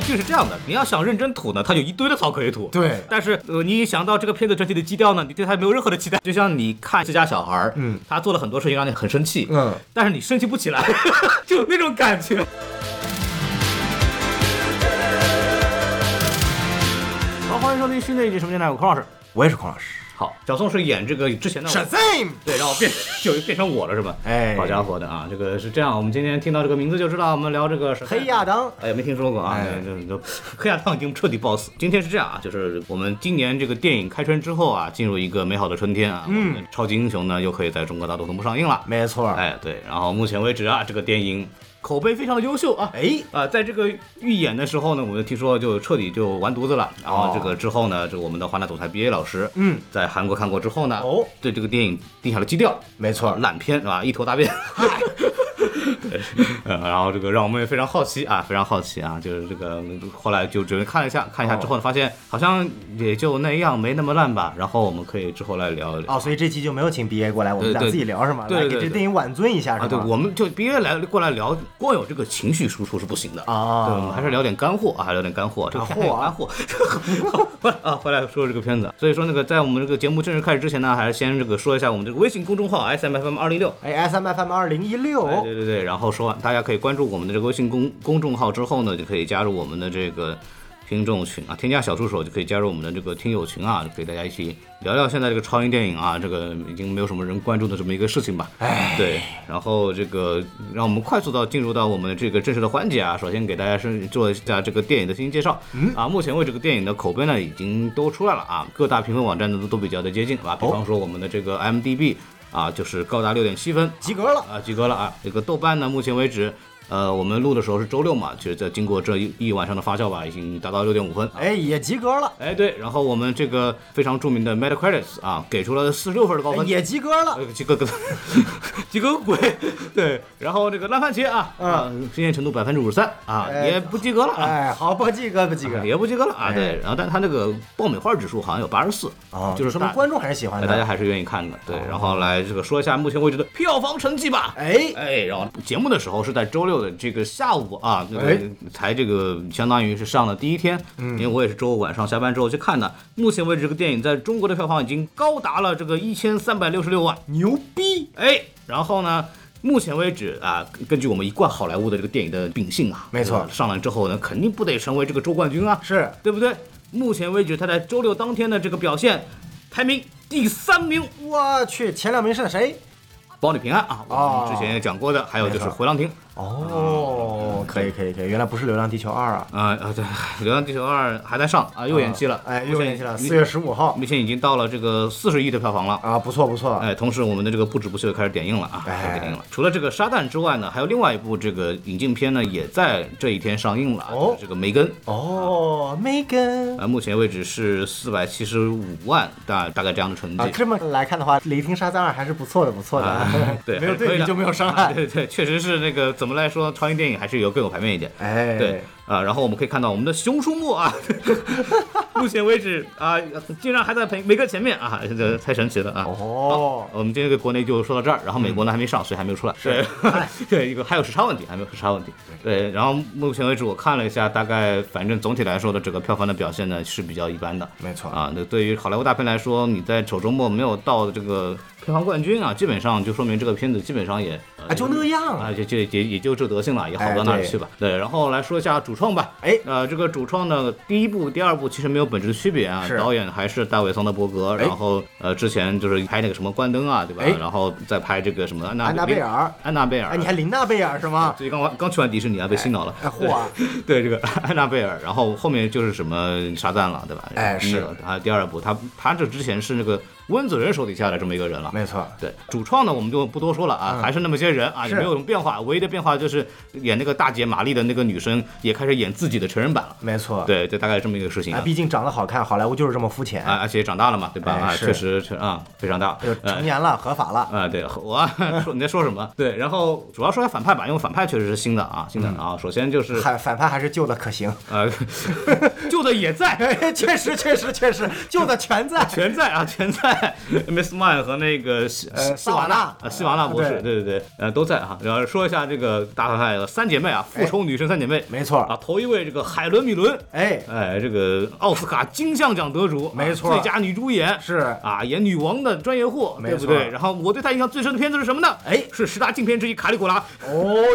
是这样的，你要想认真吐呢，它有一堆的槽可以吐。对但是呃，你一想到这个片子整体的基调呢，你对它没有任何的期待。就像你看自家小孩儿，嗯，他做了很多事情让你很生气，嗯，但是你生气不 起来，就那种感觉。好，欢迎收听新的一集什么电台，我孔老师。嗯我也是孔老师。好，小宋是演这个之前的我 Shazam！对，然后变就变成我了是吧？哎好家伙的啊，这个是这样，我们今天听到这个名字就知道我们聊这个是黑亚当哎，没听说过啊，哎这这 黑亚当已经彻底爆死。今天是这样啊，就是我们今年这个电影开春之后啊，进入一个美好的春天啊，嗯，超级英雄呢又可以在中国大陆同步上映了。没错，哎，对，然后目前为止啊，这个电影口碑非常的优秀啊。哎，啊、在这个预演的时候呢，我们听说就彻底就完犊子了。然后这个之后呢，这我们的华纳总裁 BA 老师，哦嗯，在韩国看过之后呢，哦，对这个电影定下了基调，没错，烂片啊，一头大便。 呃，然后这个让我们也非常好奇啊，非常好奇啊，就是这个后来就准备看了一下，看一下之后哦呢，发现好像也就那样，没那么烂吧。然后我们可以之后来聊一聊。哦，所以这期就没有请 BA 过来，我们对俩对自己聊是吗？对对来给对这电影挽尊一下是啊，吗？对，我们就别来过来聊，光有这个情绪输出是不行的啊对，我们还是聊点干货啊，还聊点干货。这个啊片子货啊干货好 啊，回来说这个片子。所以说那个在我们这个节目正式开始之前呢，还是先这个说一下我们这个微信公众号 S M F M 二零六。哎，SMFM 二零一哎，六，对对对，然后说完，大家可以关注我们的这个微信公公众号之后呢，就可以加入我们的这个听众群啊，添加小助手就可以加入我们的这个听友群啊，就可以大家一起聊聊现在这个超英电影啊，这个已经没有什么人关注的这么一个事情吧。哎，对，然后这个让我们快速到进入到我们这个正式的环节啊，首先给大家是做一下这个电影的信息介绍。嗯啊，目前为止这个电影的口碑呢已经都出来了啊，各大评分网站呢都都比较的接近啊，哦比方说我们的这个 m d b 啊，就是高达六点七分，及格了。啊，及格了啊！这个豆瓣呢，目前为止，呃，我们录的时候是周六嘛，就是在经过这一一晚上的发酵吧，已经达到六点五分。啊哎，也及格了，哎，对，然后我们这个非常著名的 Metacritic 啊，给出了四十六分的高哎分，也及格了，呃，及 格格，及格个鬼，对，然后这个烂番茄啊，啊，实验程度百分之五十三啊，嗯哎也不及格了啊。哎，好，不及格，不及格，也不及格了啊，哎对，然后但它那个爆米花指数好像有八十四啊，就是说明大哎观众还是喜欢大家的。还是愿意看的，对，哦然后来这个说一下目前为止的票房成绩吧，哎，哎，然后节目的时候是在周六的这个下午啊，那个哎嗯才这个相当于是上了第一天，因为我也是周五晚上下班之后去看的。目前为止，这个电影在中国的票房已经高达了这个一千三百六十六万，牛逼，哎，然后呢？目前为止啊，根据我们一贯好莱坞的这个电影的秉性啊，没错这个上来之后呢，肯定不得成为这个周冠军啊，是对不对？目前为止，他在周六当天的这个表现，排名第三名，我去，前两名是谁？保你平安啊，我哦们之前也讲过的，还有就是没《错回廊亭》，哦，可以可以可以，原来不是《流浪地球二》啊，啊啊对，《流浪地球二》还在上啊，又延期了，哎，目前又延期了，已四月十五号目前已经到了这个四十亿的票房了。啊，不错不错，哎，同时我们的这个不止不休也开始点映了啊，哎开始点映了。除了这个《沙旦》之外呢，还有另外一部这个引进片呢，也在这一天上映了啊，哦就是这个《梅根》哦，Megan 啊，目前为止是四百七十五万大大概这样的成绩啊，。这么来看的话，《雷霆沙赞二》还是不错的，不错 的，对没有还是可对以比的就没有伤啊害， 对对，确实是那个怎么来说，超英电影还是有更有排面一点。哎，对，啊，然后我们可以看到我们的《熊出没》啊， 目前为止啊，竟然还在梅梅根前面啊，这个太神奇了啊！哦，我们今天的国内就说到这儿，然后美国呢还没上，所以还没有出来。对， 对，一个还有时差问题，还没有时差问题。对，然后目前为止我看了一下，大概反正总体来说的整个票房的表现呢是比较一般的。没错，啊，那对于好莱坞大片来说，你在首周末没有到这个票房冠军啊，基本上就说明这个片子基本上也啊，呃就那样，啊，就就也也就这德性了，也好不到哎哪里对去吧。对，然后来说一下主创吧。哎呃，这个主创呢，第一部、第二部其实没有本质的区别啊是，导演还是大卫·桑德伯格，哎然后呃，之前就是拍那个什么《关灯》啊，对吧哎？然后再拍这个什么安娜安娜啊贝尔，安娜贝尔哎，。你还林娜贝尔是吗？ 最近刚完刚去完迪士尼啊，被洗脑了。 哎，嚯啊，对这个安娜贝尔，然后后面就是什么沙赞了，对吧？哎是啊，第二部他他这之前是那个温子仁手底下的这么一个人了。没错，对，主创呢我们就不多说了啊，还是那么些人啊，也嗯是没有什么变化，唯一的变化就是演那个大姐玛丽的那个女生也开始演自己的成人版了。没错，对，就大概这么一个事情啊，啊。毕竟长得好看，好莱坞就是这么肤浅，啊，而且也长大了嘛，对吧？哎啊，是确实是啊，非常大就。呃成年了，合法了，啊、对我 啊说你在说什么？对，然后主要说下反派吧，因为反派确实是新的啊，新嗯的啊。首先就是还反派还是旧的可行， 呃， 旧的也在，哎，确实确实确实，旧的全在， 全在啊，全在。Miss Man 和那个西呃西瓦萨瓦纳啊，西瓦纳博士，啊对对对，但都在啊哈。然后说一下这个大反派的三姐妹啊，复仇女神三姐妹，没错啊，头一位这个海伦·米伦，哎，哎，这个奥斯卡金像奖得主，没错啊最佳女主演是啊，演女王的专业户，没对不错对？然后我对她印象最深的片子是什么呢？哎是十大禁片之一《卡里古拉》哦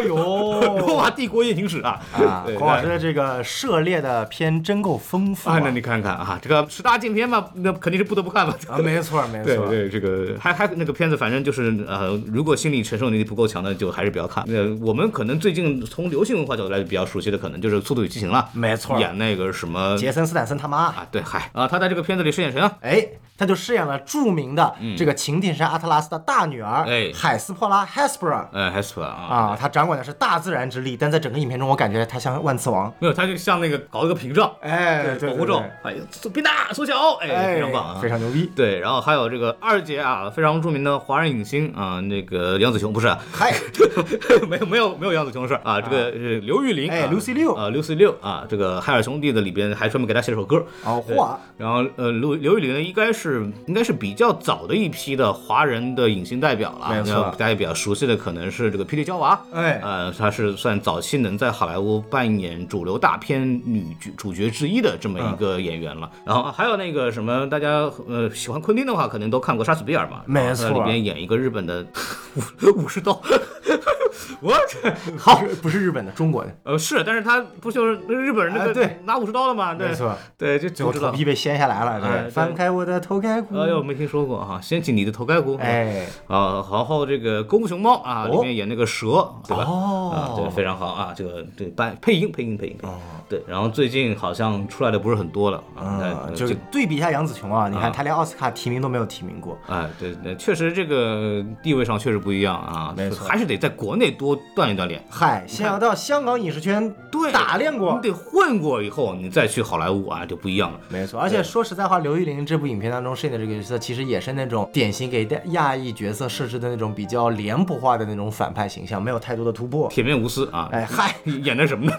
《罗哟马帝国夜行史》啊。啊对，孔老师那的这个涉猎的片真够丰富啊啊，！那你看看啊，这个十大禁片嘛，那肯定是不得不看嘛。啊，没错没对错，对，这个还还那个片子，反正就是呃，如果心理承受能力不够强的，就还是不要看。呃，我们可能最近从流行文化角度来比较熟悉的，可能就是《速度与激情》了，没错演那个什么杰森斯坦森他妈。啊，对，嗨啊，他在这个片子里饰演谁呢？哎，他就饰演了著名的这个擎天山阿特拉斯的大女儿，嗯哎海斯珀拉 （Hespera） 呃 h e s p e r 啊。啊，她掌管的是大自然之力，但在整个影片中，我感觉她像万磁王。没有，他就像那个搞了个屏障，哎，对对保护罩对，哎，变大缩小，哎，哎，非常棒啊，非常牛逼。对，然后还有这个二姐啊，非常著名的华人影星啊，那个杨紫琼不是，啊 嗨，没有没有没有杨紫琼的事儿啊，这个是刘玉玲，哎啊 Lucy Liu 啊，Lucy Liu 啊，这个海尔兄弟的里边还专门给他写了首歌。哦，对嚯，然后呃，刘刘玉玲呢，应该是应该是比较早的一批的华人的影星代表了，没错那大家比较熟悉的可能是这个霹雳娇娃，哎呃，她是算早期能在好莱坞扮演主流大片女主主角之一的这么一个嗯演员了。然后还有那个什么，大家呃喜欢昆汀的话，可能都看过《杀死比尔》嘛，没然后她错里边演一个日本的武武士 刀，我好，不是日本的，中国的，呃是，但是他不就是那日本人那个哎对拿武士刀了吗？对没错，对，就最后不知头道皮被掀下来了，哎对对，翻开我的头盖骨，哎呦，没听说过哈、掀起你的头盖骨。嗯哎，啊，然后这个《功夫熊猫》啊，哦里面演那个蛇，对吧？啊，对，哦，非常好啊，这个对扮配音配音配音配音，对。然后最近好像出来的不是很多了啊，啊，但就这对比一下杨紫琼啊，你啊看她连奥斯卡提名都没有提名过，哎，对，那确实这个地位上确实不一样啊，没错还是得在国内多锻炼锻炼。嗨，先要到香港影视圈对打练过你，得混过以后，你再去好莱坞啊就不一样了。没错，而且说实在话，刘玉玲这部影片当中饰演的这个角色，其实也是那种典型给亚裔角色设置的那种比较脸谱化的那种反派形象，没有太多的突破。铁面无私啊，哎嗨演的什么呢？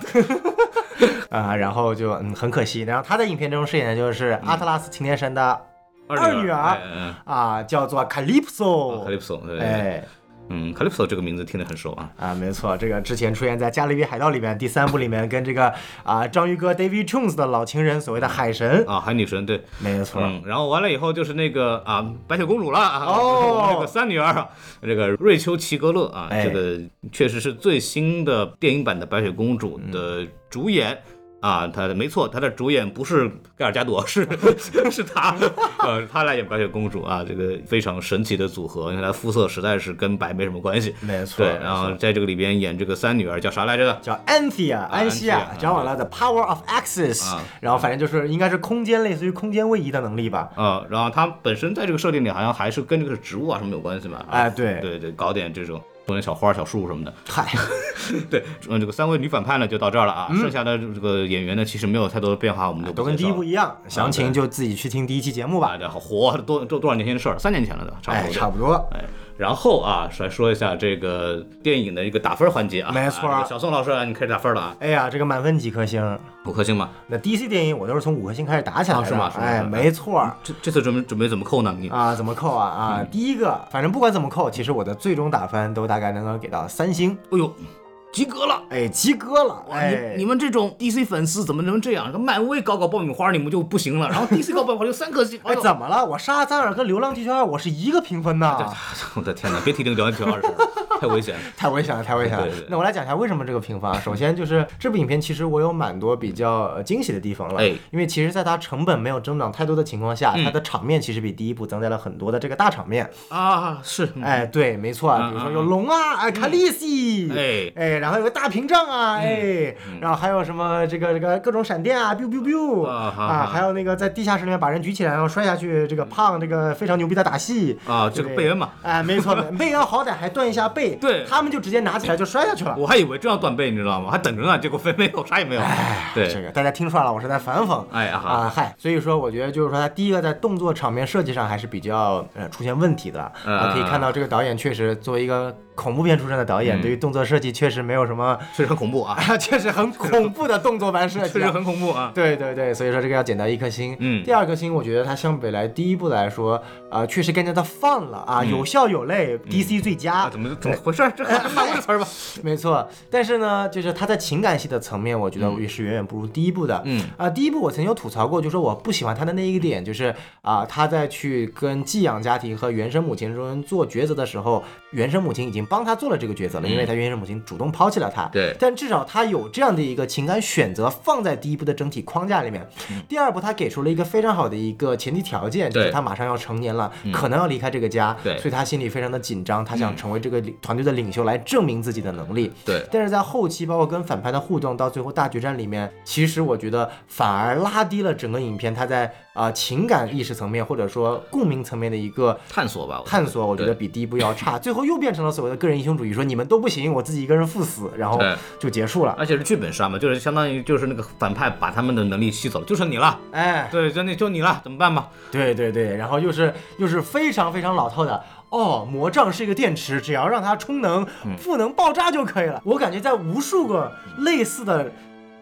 啊、然后就嗯很可惜，然后她在影片中饰演的就是嗯阿特拉斯擎天山的 二女儿哎哎哎啊，叫做啊 Calypso。 ，Calypso，对对对，哎嗯，Calypso 这个名字听得很熟啊。啊，没错，这个之前出现在《加勒比海盗》里面第三部里面，跟这个啊章鱼哥 David Jones 的老情人所谓的海神，啊，海女神对，没错，嗯，然后完了以后就是那个啊，白雪公主了啊，哦我们这个三女儿啊，这个瑞秋·齐格勒啊，哎这个确实是最新的电影版的白雪公主的主演。啊，她的没错，她的主演不是盖尔加朵， 是是她， 呃，她来演白雪公主啊，这个非常神奇的组合，因为她肤色实在是跟白没什么关系。没错，对，没错然后啊在这个里边演这个三女儿叫啥来着的？叫 Anthea 安西亚 Anthea，，讲完了 The Power of Axis，、啊然后反正就是应该是空间类似于空间位移的能力吧。啊，然后它本身在这个设定里好像还是跟这个植物啊什么有关系嘛？啊哎对对对，搞点这种种点小花、小树什么的。嗨， 对，嗯，这个三位女反派呢就到这儿了啊，剩下的这个演员呢其实没有太多嗯的变化，我们就不都跟介第一绍部了一样，详情就自己去听第一期节目吧。啊，这好活多多多少年前的事儿，三年前了的，差不哎，多。差不多。哎，然后啊，来说一下这个电影的一个打分环节啊，没错啊这个小宋老师啊，你开始打分了啊，哎呀，这个满分几颗星？五颗星吧。那 DC 电影我都是从五颗星开始打起来啊的，是吗是吗哎，没错儿这这次准备准备怎么扣呢？你哎啊，怎么扣啊啊？第一个，反正不管怎么扣，其实我的最终打分都大概能够给到三星，哎呦，及格了。哎，及格了。哇，哎，你你们这种 DC 粉丝怎么能这样？这漫威搞搞爆米花你们就不行了，然后 DC 搞爆米花就三颗星。哎呦怎么了？我沙赞尔跟流浪地球二我是一个评分呐。 我的天哪，别提这个聊天二十，太危险了。太危险了，太危险了对对对。那我来讲一下为什么这个评分啊。首先就是这部影片，其实我有蛮多比较呃惊喜的地方了。哎因为其实在它成本没有增长太多的情况下，它的场面其实比第一部增加了很多的这个大场面。啊，是，哎，对，没错，嗯比如说有龙啊，哎，卡利西，哎嗯哎，然后有个大屏障啊，哎，然后还有什么这个这个各种闪电啊，biu biu biu 啊哈啊哈，嗯还有那个在地下室里面把人举起来然后摔下去，这个胖这个非常牛逼的打戏啊这个贝恩嘛，对哎，没错，贝恩好歹还断一下背，对他们就直接拿起来就摔下去了。我还以为这样断背，你知道吗？还等着呢，结果非没有，啥也没有。这对，个大家听出来了，我是在反讽。哎呀哈，啊嗨，所以说我觉得就是说，他第一个在动作场面设计上还是比较呃出现问题的。嗯嗯啊，可以看到这个导演确实作为一个恐怖片出身的导演，对于动作设计确实没有什么， 确实很恐怖啊，啊，确实很恐怖的动作版设 确计实啊。很恐怖啊。对对对，所以说这个要减到一颗星。嗯第二颗星，我觉得它相比来第一部来说，啊、确实更加的放了啊，有笑有泪，DC 嗯最佳。啊，怎么总对回事儿，这 还骂过这词儿吗？没错，但是呢，就是他在情感戏的层面，我觉得也是远远不如第一部的。嗯啊、第一部我曾经有吐槽过，就说我不喜欢他的那一个点，就是啊、他在去跟寄养家庭和原生母亲中间做抉择的时候，原生母亲已经帮他做了这个抉择了，因为他原生母亲主动抛弃了他。嗯对但至少他有这样的一个情感选择放在第一部的整体框架里面。第二部他给出了一个非常好的一个前提条件，就嗯是对嗯他马上要成年了，可能要离开这个家，对所以他心里非常的紧张，他想成为这个领团队的领袖来证明自己的能力。对，但是在后期，包括跟反派的互动，到最后大决战里面，其实我觉得反而拉低了整个影片它在啊、呃情感意识层面或者说共鸣层面的一个探索吧，我探索，我觉得比第一部要差。最后又变成了所谓的个人英雄主义，说你们都不行，我自己一个人赴死，然后对就结束了。而且是剧本杀嘛，就是相当于就是那个反派把他们的能力吸走了，就剩你了，哎，对，就那就你了，怎么办吧？对对对，然后又是又是非常非常老套的。哦，魔杖是一个电池，只要让它充能，赋能爆炸就可以了。我感觉在无数个类似的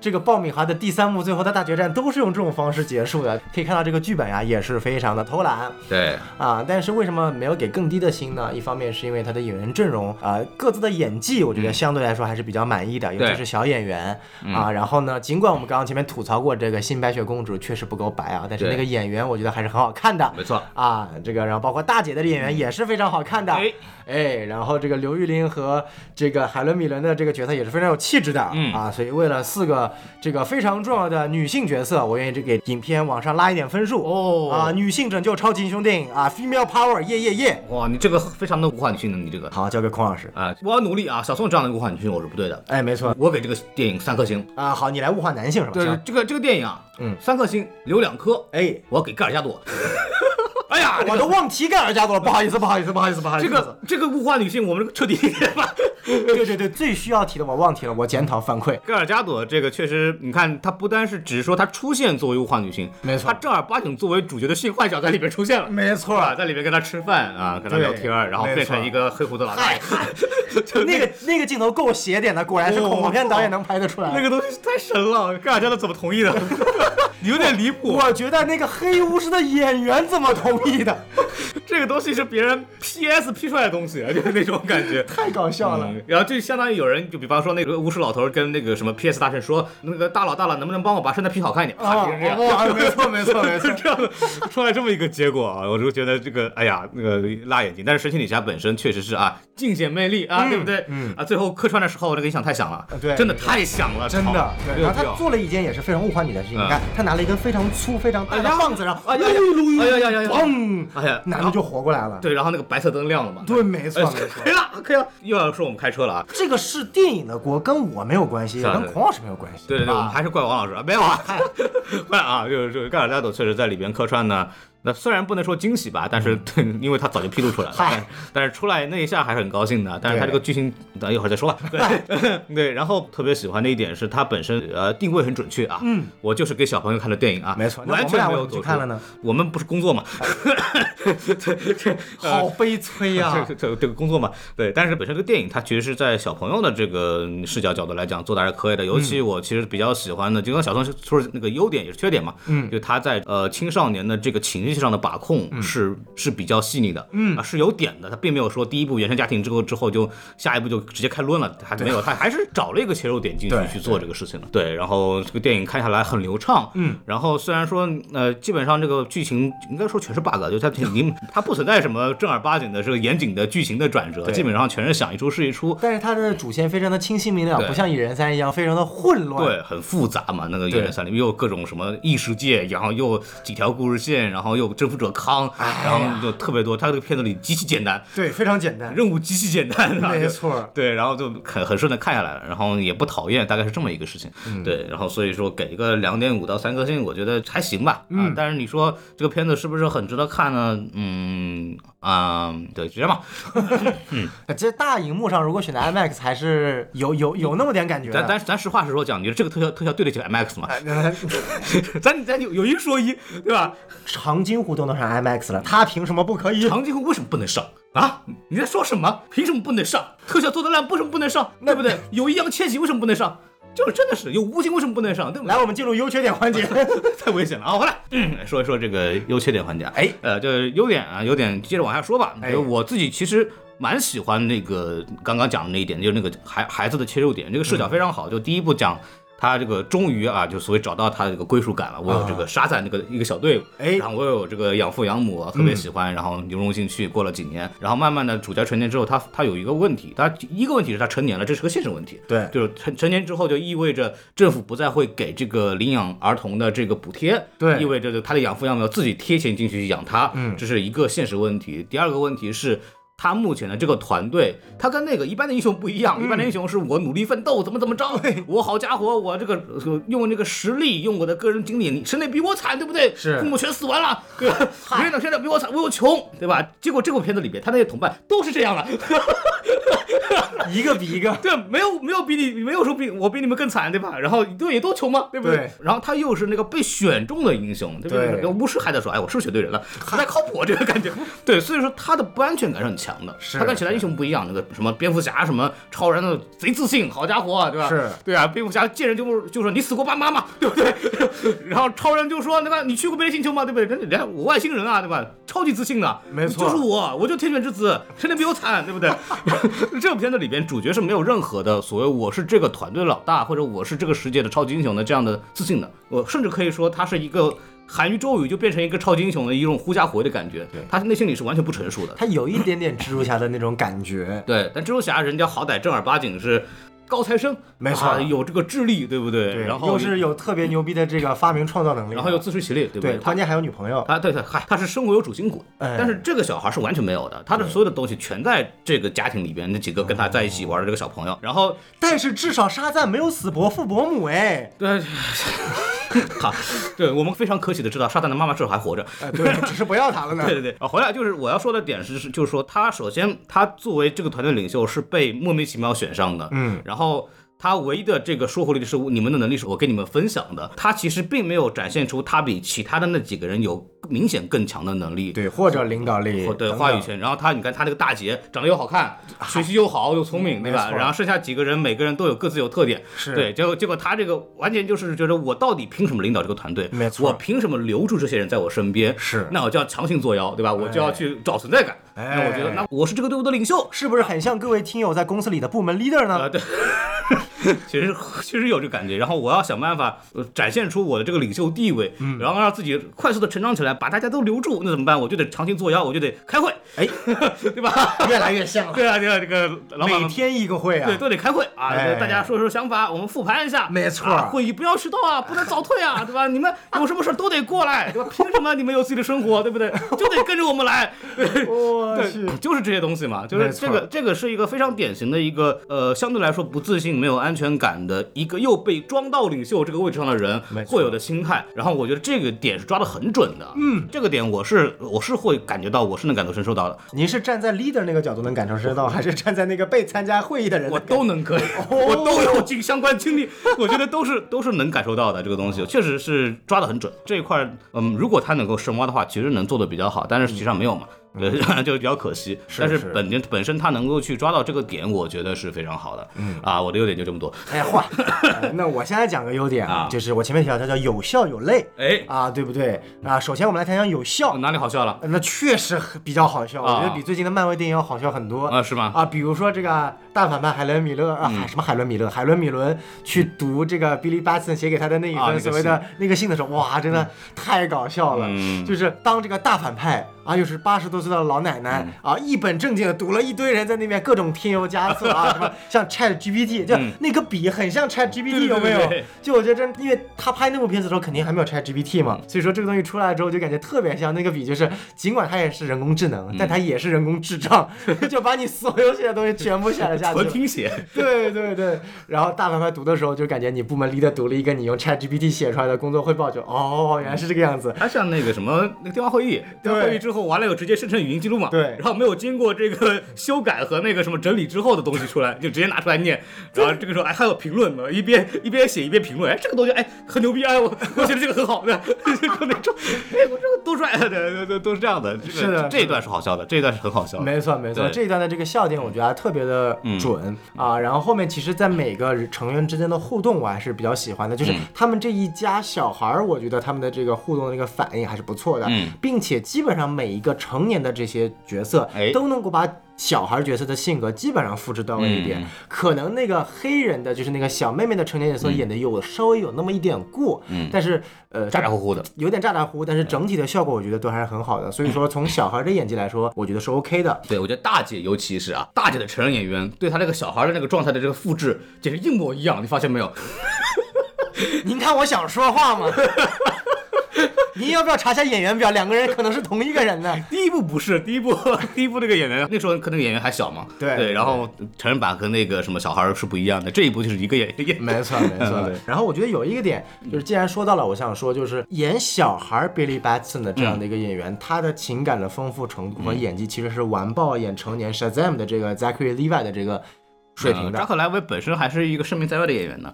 这个爆米花的第三幕最后的大决战都是用这种方式结束的。可以看到这个剧本啊也是非常的偷懒对，啊，但是为什么没有给更低的星呢？一方面是因为他的演员阵容啊、呃各自的演技我觉得相对来说还是比较满意的，尤其嗯对嗯是小演员啊。然后呢，尽管我们刚刚前面吐槽过这个新白雪公主确实不够白啊，但是对那个演员我觉得还是很好看的。没错，啊，这个然后包括大姐的演员也是非常好看的，哎哎，然后这个刘玉玲和这个海伦米伦的这个角色也是非常有气质的，嗯啊，所以为了四个这个非常重要的女性角色，我愿意这给影片往上拉一点分数哦啊，女性拯救超级英雄电影啊，female power，耶耶耶！哇，你这个非常的无缓军的，你这个好，交给孔老师。啊，我要努力啊，小宋这样的无缓军我是不对的，哎，没错我给这个电影三颗星。啊，好，你来物化男性是吧？对行，，这个这个电影啊，嗯三颗星留两颗，哎，我要给盖尔加朵。 哎呀，我都忘提盖尔加朵了，不好意思，不好意思，不好意思，不好意思。这个这个物化女性，我们彻底 吧。对对对，最需要提的我忘提了，我检讨反馈。盖尔加朵这个确实，你看她不单是只是说她出现作为物化女性，没错她正儿八经作为主角的性幻想在里边出现了。没错啊，在里边跟她吃饭啊，跟她对聊天，然后没错变成一个黑胡子老大爷， 就 那个那个镜头够邪点的，果然是恐怖片导演能拍得出 来。哦那个东西太神了，盖尔加朵怎么同意 的？有点离谱。我觉得那个黑巫师的演员怎么同 意的？这个东西是别人 PS P 出来的东西，啊就是那种感 觉。太搞笑了。嗯，然后就相当于有人，就比方说那个巫师老头跟那个什么 PS 大神说，那个大佬大佬能不能帮我把身材 P 好看一点？啊，啊，就是这样。哇 没错没错没就错是，这样的，出来这么一个结果啊，我就觉得这个，哎呀，那个辣眼睛。但是神奇女侠本身确实是啊，尽显魅力啊，对不对？嗯啊，最后客串的时候那个音响太响了呃，对真的太响了，真的操。对，没有然后必他要。做了一件也是非常物化女的事情，嗯你看他拿了一根非常粗非常大的哎呀棒子，然后哎呀哎呀噜哎呀呀呀呀嘣，哎呀，男的就活过来了。对，然后那个白色灯亮了嘛， 对，没哎错没错可以。了，可以了，又要说我们开车了啊。这个是电影的锅，跟我没有关系，也是啊跟是啊孔老师没有关系。对对对，我们啊还是怪王老师啊，没有啊， 怪啊，就是就是盖尔加朵确实在里边客串呢。那虽然不能说惊喜吧，但是对， 因为他早就披露出来了，嗯嗨但但是出来那一下还是很高兴的。但是他这个剧情，等一会儿再说吧。 对对，然后特别喜欢的一点是他本身呃定位很准确啊，嗯，我就是给小朋友看的电影啊，没错那完我们俩全没有为什么走出去看了呢。我们不是工作嘛， 哎好悲催 啊呀这！这这个工作嘛，对。但是本身这个电影它其实是在小朋友的这个嗯视角角度来讲做的还是可以的，尤其我其实比较喜欢的，就跟小宋说的那个优点也是缺点嘛，嗯，就他在呃青少年的这个情绪上的把控是、是比较细腻的，嗯啊是有点的，他并没有说第一部原生家庭之后之后就下一步就直接开抡了，还没有，他还是找了一个切入点进去对去做这个事情了，对。然后这个电影看下来很流畅，嗯，然后虽然说呃基本上这个剧情应该说全是 bug，就它已 经它不存在什么正儿八经的这个严谨的剧情的转折，对基本上全是想一出是一出，但是他的主线非常的清晰明了，对不像《蚁人三》一样非常的混乱。对，很复杂嘛。那个《野人三》里面又有各种什么异世界，然后又几条故事线，然后又征服者康，哎然后就特别多。它这个片子里极其简单，对，非常简单。任务极其简单，没错啊对，然后就很很顺的看下来了，然后也不讨厌，大概是这么一个事情。对，然后所以说给一个两点五到三颗星，我觉得还行吧。嗯、但是你说这个片子是不是很值得看呢？嗯啊、对，就这样吧。这呃大荧幕上如果选择 IMAX 还是有有有那么点感觉的。咱咱咱实话实说讲，你觉得这个特效特效对得起 IMAX 吗？呃 咱咱有有一说一，对吧？长津湖都能上 IMAX 了，他凭什么不可以？长津湖为什么不能上啊？你在说什么？凭什么不能上？特效做得烂，为什么不能上？对不对？有易烊千玺为什么不能上？就是真的是有无情为什么不能上，对不对来，？我们进入优缺点环 节。太危险了啊！回来、嗯、说一说这个优缺点环节。哎，呃，这优点啊，优点接着往下说吧。哎就我自己其实蛮喜欢那个刚刚讲的那一点，就是那个孩孩子的切入点，这个视角非常好。就第一步讲。他这个终于啊，就所谓找到他的这个归属感了。我有这个沙赞那个一个小队伍，哎然后我有这个养父养母啊，特别喜欢，然后流入进去。过了几年，然后慢慢的主角成年之后，他他有一个问题，他一个问题是他成年了，这是个现实问题。对就是成成年之后就意味着政府不再会给这个领养儿童的这个补贴，对意味着就他的养父养母要自己贴钱进去养他，嗯这是一个现实问题。第二个问题是。他目前的这个团队，他跟那个一般的英雄不一样。一般的英嗯雄是我努力奋斗，怎么怎么着，我好家伙，我这个呃用这个实力，用我的个人经历，你谁那比我惨，对不对？是父母全死完 了，对，谁哪谁哪比我惨，我又穷，对吧？结果这部片子里面，他那些同伴都是这样的，一个比一个， 对，啊没有没有比你没有说比我比你们更惨，对吧？然后对也都穷嘛，对不对？对然后他又是那个被选中的英雄，对不对然后巫师还在说，哎，我是不是选对人了，不太靠谱这个感觉。对，所以说他的不安全感是很强的，是他跟其他英雄不一样，那个什么蝙蝠侠什么超人的贼自信，好家伙、对吧？是对啊，蝙蝠侠见人就就说你死过爸妈吗？对不对？ 然后超人就说那个你去过别的星球吗？对不对？人家人家我外星人啊，对吧？超级自信的，没错就是我，我就天选之子，谁能比我惨， 对不对？这部片子里边主角是没有任何的所谓我是这个团队的老大或者我是这个世界的超级英雄的这样的自信的，我甚至可以说他是一个。韩语周语就变成一个超级英雄的一种狐假虎威的感觉，他内心里是完全不成熟的。他有一点点蜘蛛侠的那种感觉。对，但蜘蛛侠人家好歹正儿八经是高材生，没错啊有这个智力，对不对？对，然后又是有特别牛逼的这个发明创造能力，然后又自食其力，对不对，他关键还有女朋友。啊，对对，嗨，他是生活有主心骨，哎但是这个小孩是完全没有的，他的所有的东西全在这个家庭里边那几个跟他在一起玩的这个小朋友，然后但是至少沙赞没有死伯父伯母哎，对，呃 好，对我们非常可喜的知道沙旦的妈妈至少还活着， 哎对，只是不要他了呢。呃对对对，啊，回来就是我要说的点是，是就是说他首先他作为这个团队领袖是被莫名其妙选上的，嗯，然后。他唯一的这个说服力是你们的能力是我跟你们分享的，他其实并没有展现出他比其他的那几个人有明显更强的能力，对，或者领导力或，对等等啊话语权。然后他，你看他那个大姐长得又好 看，学习又好又聪明，嗯对吧？没错然后剩下几个人每个人都有各自有特点，是对。结果结果他这个完全就是觉得我到底凭什么领导这个团队？没错我凭什么留住这些人在我身边？是那我就要强行作妖，对吧？我就要去找存在感。哎那我觉得，那我是这个队伍的领袖。是不是很像各位听友在公司里的部门 leader 呢？啊，对，其实 确实有这个感觉。然后我要想办法、呃展现出我的这个领袖地位，嗯然后让自己快速的成长起来，把大家都留住。那怎么办？我就得强行作妖，我就得开会，哎， 对吧？越来越像了，对啊，对啊，这个 老板每们天一个会啊对，。都得开会啊，哎大家说说想法，我们复盘一下。没错啊会议不要迟到啊，不能早退啊，对吧？你 们有什么事儿都得过来，对吧？凭什么你们有自己的生活，对不对？就得跟着我们 来。对我去，对，就是这些东西嘛，就没是错这个这个是一个非常典型的一个呃，相对来说不自信、没有安全感的一个又被装到领袖这个位置上的人没错会有的心态。然后我觉得这个点是抓的很准的，嗯，这个点我是我是会感觉到，我是能感同身受到的，您是站在 leader 那个角度能感受得到，还是站在那个被参加会议的人的我都能可以， 我都有经相关经历，我觉得都是都是能感受到的。这个东西确实是抓得很准，这一块儿，嗯，如果他能够深挖的话，其实能做的比较好，但是实际上没有嘛。对， 就比较可惜。但嗯是是本身本身他能够去抓到这个点，我觉得是非常好的。嗯啊，我的优点就这么多。哎呀，嚯、呃那我现在讲个优点啊，啊就是我前面提到它叫有效有类哎，啊，对不对啊？首先我们来谈谈有效，啊哪里好笑了？那确实很比较好笑，我啊觉得比最近的漫威电影要好笑很多啊是吗嗯啊，比如说这个大反派海伦米勒啊，海什么海伦米勒，海伦米伦去读这个 Billy Batson 写给他的那一啊那封个所谓的那个信的时候，哇，真的太搞笑了，嗯就是当这个大反派。啊，又是八十多岁的老奶奶、嗯啊，一本正经的读了一堆人在那边各种添油加醋啊，什么像 Chat GPT，就那个笔很像 Chat 嗯对对 GPT，有没有？对对就我觉得真，因为他拍那部片子的时候肯定还没有 Chat GPT 嘛，所以说这个东西出来之后就感觉特别像那个笔，就是尽管它也是人工智能，但它也是人工智障， 就把你所有写的东西全部写了下去 纯了。听写，对对对，然后大反派读的时候就感觉你部门 leader 读了一个你用 Chat GPT 写出来的工作汇报，就哦原来是这个样子。他像那个什么那个电话会议，电话会议之后，完了有直接生成语音记录嘛，对然后没有经过这个修改和那个什么整理之后的东西出来，就直接拿出来念，然 后这个时候哎还有评论呢，一边一边写一边评论，哎这个东西哎很牛逼哎我我觉得这个很好的，就那 种哎我这个多帅的，对对都是这样的，这个是的这一段是好笑的，这一段是很好笑的，没错没错，对嗯这一段的这个笑点我觉得还特别的准、啊。然后后面其实，在每个成员之间的互动，我还是比较喜欢的，就是嗯他们这一家小孩儿，我觉得他们的这个互动的这个反应还是不错的，嗯并且基本上每一个成年的这些角色哎都能够把。小孩角色的性格基本上复制到位一点，嗯可能那个黑人的，就是那个小妹妹的成年角色演的有、稍微有那么一点过，嗯但是呃，咋咋呼呼的，有点咋咋呼，嗯但是整体的效果我觉得都还是很好的。所以说，从小孩的演技来说，我觉得是 OK 的。对，我觉得大姐尤其是啊，大姐的成人演员对她这个小孩的那个状态的这个复制，简直一模一样，你发现没有？您看我想说话 吗？您要不要查一下演员表？两个人可能是同一个人呢。第一部不是第一部， 第一部那个演员那时候可能演员还小嘛，对然后成人版和那个什么小孩儿是不一样的，这一部就是一个演 演，没错，没错对。然后我觉得有一个点，就是既然说到了，我想说，就是演小孩儿 Billy Batson 的这样的一个演员，他的情感的丰富程度和演技其实是完爆演成年 Shazam 的这个 Zachary Levi 的这个水平呃的扎。克莱维本身还是一个声名在外的演员呢，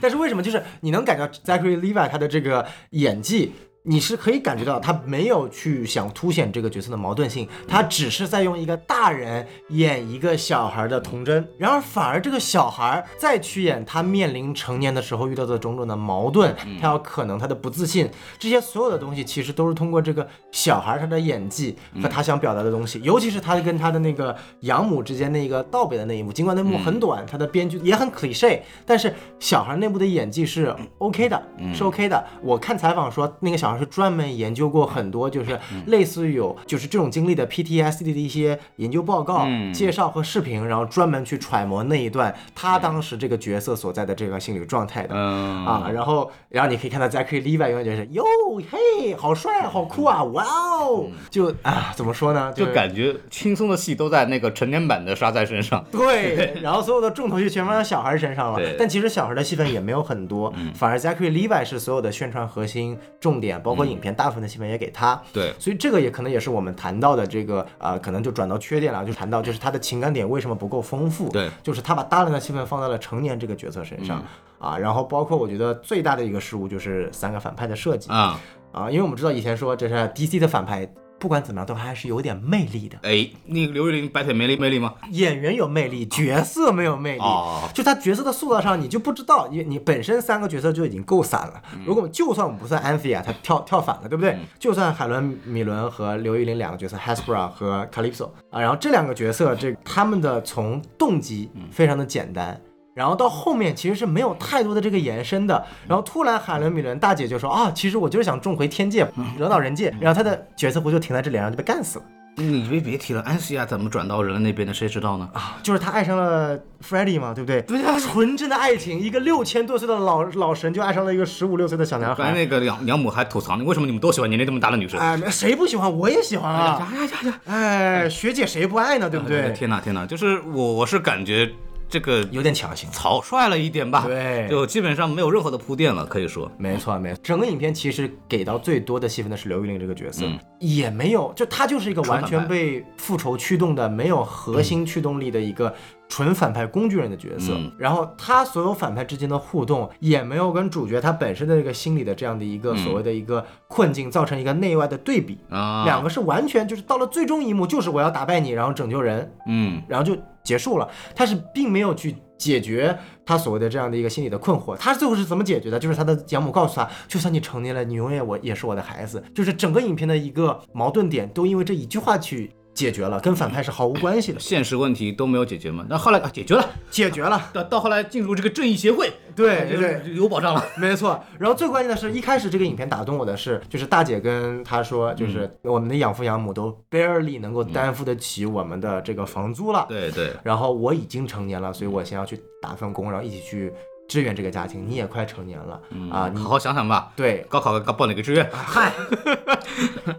但是为什么就是你能感觉到 Zachary Levi 他的这个演技？你是可以感觉到他没有去想凸显这个角色的矛盾性，他只是在用一个大人演一个小孩的童真，然而反而这个小孩再去演他面临成年的时候遇到的种种的矛盾，他有可能他的不自信，这些所有的东西其实都是通过这个小孩他的演技和他想表达的东西，尤其是他跟他的那个养母之间那个道别的那一幕，尽管那幕很短，他的编剧也很 cliche，但是小孩内部的演技是 OK 的，是 OK 的。我看采访说，那个小孩是专门研究过很多，就是类似于有就是这种经历的 PTSD 的一些研究报告、介绍和视频，然后专门去揣摩那一段他当时这个角色所在的这个心理状态的。 嗯啊，然后然后你可以看到 Zachary Levi 永远就是哟嘿，好帅，嗯好酷啊，哇哦，就啊，怎么说呢， 就是感觉轻松的戏都在那个成年版的沙赞身上， 对，然后所有的重头戏全放在小孩身上了对。嗯但其实小孩的戏份也没有很多，反而 Zachary Levi 是所有的宣传核心重点，包括嗯影片大部分的戏份也给他。对所以这个也可能也是我们谈到的这个呃，可能就转到缺点了，就谈到就是他的情感点为什么不够丰富。对，嗯就是他把大量的戏份放在了成年这个角色身上。啊，然后包括我觉得最大的一个失误就是三个反派的设计啊、啊，因为我们知道以前说这是 DC 的反派，不管怎么样都还是有点魅力的，哎，那个刘玉玲白腿没力没力吗？演员有魅力，角色没有魅力。哦，就他角色的塑造上，你就不知道，你你本身三个角色就已经够散了。如果我们就算我们不算安菲亚，他跳跳反了，对不对？就算海伦米伦和刘玉玲两个角色，Hasbro 和 Calypso 啊，然后这两个角色，这他们的从动机非常的简单。然后到后面其实是没有太多的这个延伸的，然后突然海伦米伦大姐就说啊，其实我就是想重回天界，惹恼人界，然后她的角色弧就停在这里，然后就被干死了。你别别提了，安西亚怎么转到人类那边的，谁知道呢？就是他爱上了 Freddy 嘛，对不对？对啊，纯真的爱情，一个六千多岁的老老神就爱上了一个十五六岁的小男刚才孩。那个养养母还吐槽你，为什么你们都喜欢年龄这么大的女生？哎，谁不喜欢？我也喜欢啊！呀呀呀！哎，学姐谁不爱呢？对不对？哎天哪天哪，就是我我是感觉这个有点强行。草率了一点吧，对就基本上没有任何的铺垫了，可以说，没错，没错。整个影片其实给到最多的戏份的是刘玉玲这个角嗯色，也没有，就她就是一个完纯全反派被复仇驱动的、没有核心驱动力的一个纯反派工具人的角色。嗯然后她所有反派之间的互动，也没有跟主角他本身的这个心理的这样的一个所谓的一个困境造成一个内外的对比。啊，两个是完全就是到了最终一幕，就是我要打败你，然后拯救人，嗯，然后就结束了。他是并没有去解决他所谓的这样的一个心理的困惑。他最后是怎么解决的？就是他的养母告诉他，就算你成年了，你永远我也是我的孩子。就是整个影片的一个矛盾点都因为这一句话去解决了，跟反派是毫无关系的，现实问题都没有解决嘛，那后来啊解决了，解决了。到到后来进入这个正义协会，对对对，有有保障 了，没错，然后最关键的是一开始这个影片打动我的是，就是大姐跟她说，就是我们的养父养母都 barely 能够担负得起我们的这个房租了，对对，然后我已经成年了，所以我先要去打份工，然后一起去支援这个家庭。你也快成年了、啊，嗯好你好想想吧，对，啊高考该报哪个志愿？嗨。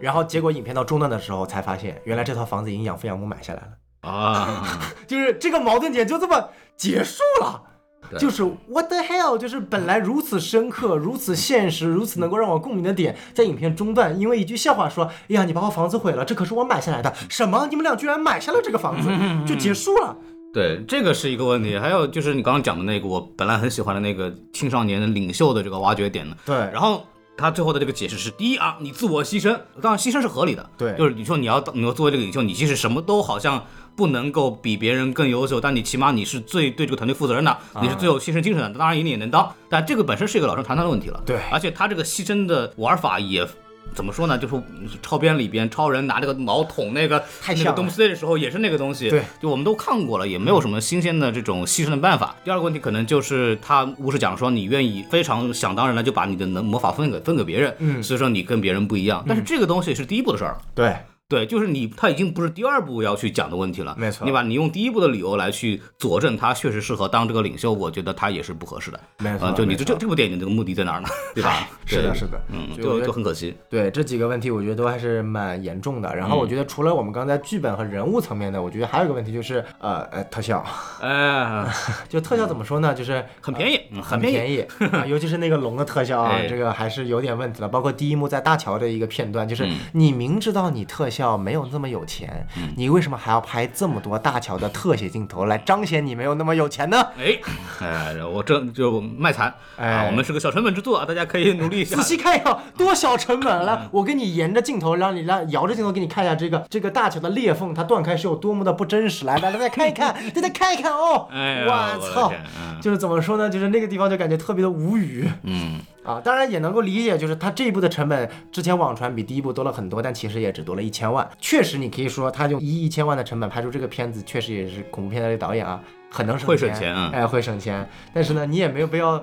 然后结果影片到中段的时候才发现，原来这套房子已经养父养母买下来了， 啊，就是这个矛盾点就这么结束了。对就是 what the hell，就是本来如此深刻、如此现实、如此能够让我共鸣的点，在影片中段因为一句笑话说：“哎呀，你把我房子毁了，这可是我买下来的。”什么？你们俩居然买下了这个房子，就结束了。对，这个是一个问题。还有就是你刚刚讲的那个，我本来很喜欢的那个青少年的领袖的这个挖掘点呢。对然后他最后的这个解释是：第一啊，你自我牺牲，当然牺牲是合理的。对就是你说你要你要作为这个领袖，你即使什么都好像不能够比别人更优秀，但你起码你是最对这个团队负责任的，啊你是最有牺牲精神的。当然你也能当，但这个本身是一个老生常谈的问题了。对而且他这个牺牲的玩法也。怎么说呢？就是超编里边超人拿这个矛捅那个那太像个了东西的时候，也是那个东西。对，就我们都看过了，也没有什么新鲜的这种牺牲的办嗯法。第二个问题可能就是他巫师讲说，你愿意非常想当然的就把你的能魔法分给分给别人，嗯所以说你跟别人不一样。但是这个东西是第一步的事儿了。对对，就是你，他已经不是第二步要去讲的问题了。没错你把你用第一步的理由来去佐证他确实适合当这个领袖，我觉得他也是不合适的。没啊、就你这这这部电影的目的在哪儿呢？对吧？ 是的，对是的，嗯，所以我就觉就得很可惜。对这几个问题，我觉得都还是蛮严重的。然后我嗯觉得除了我们刚才剧本和人物层面的，我觉得还有一个问题就是，呃呃，特效， 哎，就特效怎么说呢？就是呃很便宜，嗯很很便宜。便宜， 啊尤其是那个龙的特效啊哎，这个还是有点问题了。包括第一幕在大桥的一个片段，嗯就是你明知道你特效没有那么有钱，你为什么还要拍这么多大桥的特写镜头来彰显你没有那么有钱呢？哎，哎，我这就卖惨啊！哎我们是个小成本制作啊，大家可以努力一下 仔。细看一下，嗯多小成本啊来，我给你沿着镜头，让你让摇着镜头给你看一下这个这个大桥的裂缝，它断开是有多么的不真实。来来来，再看 一看，再再看一看哦。哎呀，我的操！天嗯就是怎么说呢？就是那个地方就感觉特别的无语嗯，啊。当然也能够理解，就是它这一部的成本之前网传比第一部多了很多，但其实也只多了一千万。确实，你可以说他用一亿一千万的成本拍出这个片子，确实也是恐怖片的导演啊，很能省会省钱啊哎，会省钱。但是呢，你也没有必要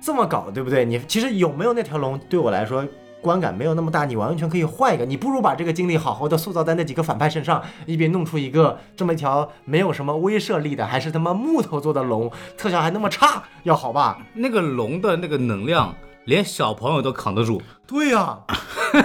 这么搞，对不对？你其实有没有那条龙，对我来说。观感没有那么大，你完全可以换一个。你不如把这个精力好好的塑造在那几个反派身上，以便弄出一个这么一条没有什么威慑力的，还是他妈木头做的龙，特效还那么差，要好吧？那个龙的那个能量，连小朋友都扛得住。 对呀、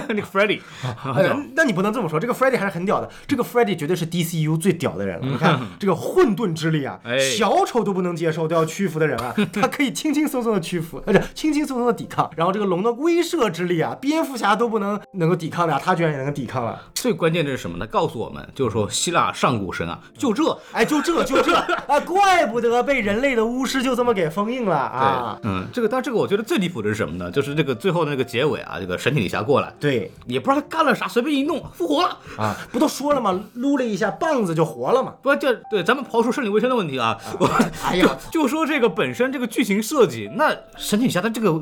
那个 Freddy， 呃那你不能这么说，这个 Freddy 还是很屌的，这个 Freddy 绝对是 DCU 最屌的人了。你看这个混沌之力啊哎，小丑都不能接受都要屈服的人啊，他可以轻轻松松的屈服，而且轻轻松松的抵抗。然后这个龙的威慑之力啊，蝙蝠侠都不能能够抵抗的啊，他居然也能够抵抗了。最关键的是什么呢？告诉我们，就是说希腊上古神啊，就这。哎，就这就这，哎，怪不得被人类的巫师就这么给封印了啊！嗯，这个，但是这个我觉得最离谱的是什么呢？就是这个最后的那个结尾啊，这个神奇女侠过来，对也不知道她干了啥，随便一弄复活了。啊，不都说了吗？撸了一下棒子就活了嘛。不，这对咱们刨出生理卫生的问题啊，我哎呀，就说这个本身这个剧情设计，那神奇女侠的这个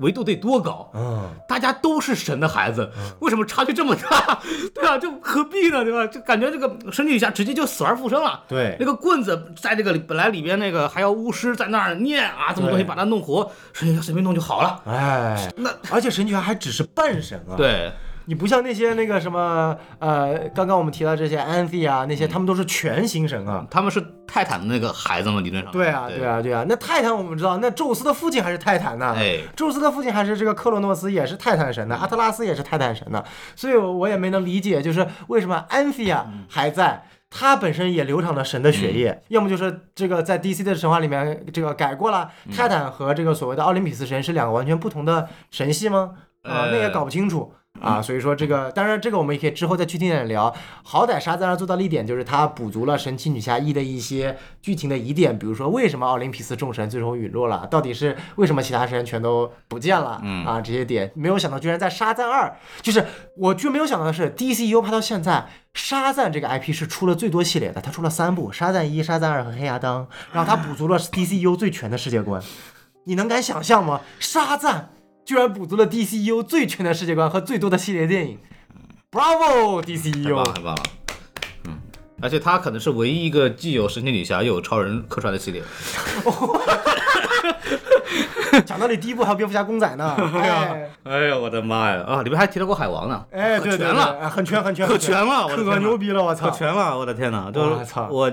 维度得多高？嗯，大家都是神的孩子，为什么差距这么大？对啊，就何必呢？对吧？就感觉这个神奇女侠直接就死而复生了。对那个棍子在这个里本来里边那个还要巫师在那儿念啊，这么东西对把它弄活，神奇女侠随便弄就好了。哎，那而且神奇侠还只是半神啊。对，你不像那些那个什么呃，刚刚我们提到这些安 n 啊，那些他们都是全形神啊。他们是泰坦的那个孩子嘛，理论上。对啊，对啊，对啊。那泰坦我们知道，那宙斯的父亲还是泰坦呢。哎宙斯的父亲还是这个克洛诺斯，也是泰坦神呢。阿特拉斯也是泰坦神呢。所以我也没能理解，就是为什么安 n 啊还在。他本身也流淌着神的血液，要么就是这个在 DC 的神话里面这个改过了，泰坦和这个所谓的奥林匹斯神是两个完全不同的神系吗？啊、那也呃搞不清楚啊。所以说这个，当然这个我们也可以之后再具体点聊。好歹沙赞尔做到了一点，就是他补足了神奇女侠 E 一的一些剧情的疑点，比如说为什么奥林匹斯众神最终陨落了，到底是为什么其他神全都不见了、啊？这些点没有想到，居然在沙赞二，就是我居然没有想到的是，DCU 拍到现在。沙赞这个 IP 是出了最多系列的，它出了三部：沙赞一、沙赞二和黑亚当。然后它补足了 DCU 最全的世界观，你能敢想象吗？沙赞居然补足了 DCU 最全的世界观和最多的系列电影，Bravo E 太棒了， DCU！太棒了。嗯，而且他可能是唯一一个既有神奇女侠又有超人客串的系列。讲道理，第一部还有蝙蝠侠公 仔呢，哎哎呀，我的妈呀！啊，里面还提到过海王呢，哎，对可对全了，对，很全很全可全了，我的可天牛哪！逼了，可我操！全了，我的天哪！就我是操我，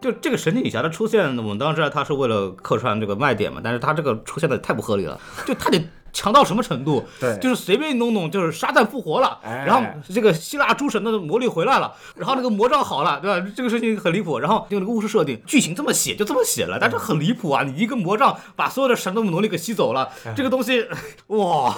就这个神奇女侠的啊出现，我们当然知道她是为了客串这个卖点嘛，但是她这个出现的太不合理了，就她得强到什么程度？对就是随便弄弄，就是沙旦复活了，哎然后这个希腊诸神的魔力回来了，然后那个魔杖好了，对吧？这个事情很离谱。然后用那个巫师设定，剧情这么写就这么写了，但嗯是很离谱啊！你一个魔杖把所有的神的魔力给吸走了，哎这个东西，哇，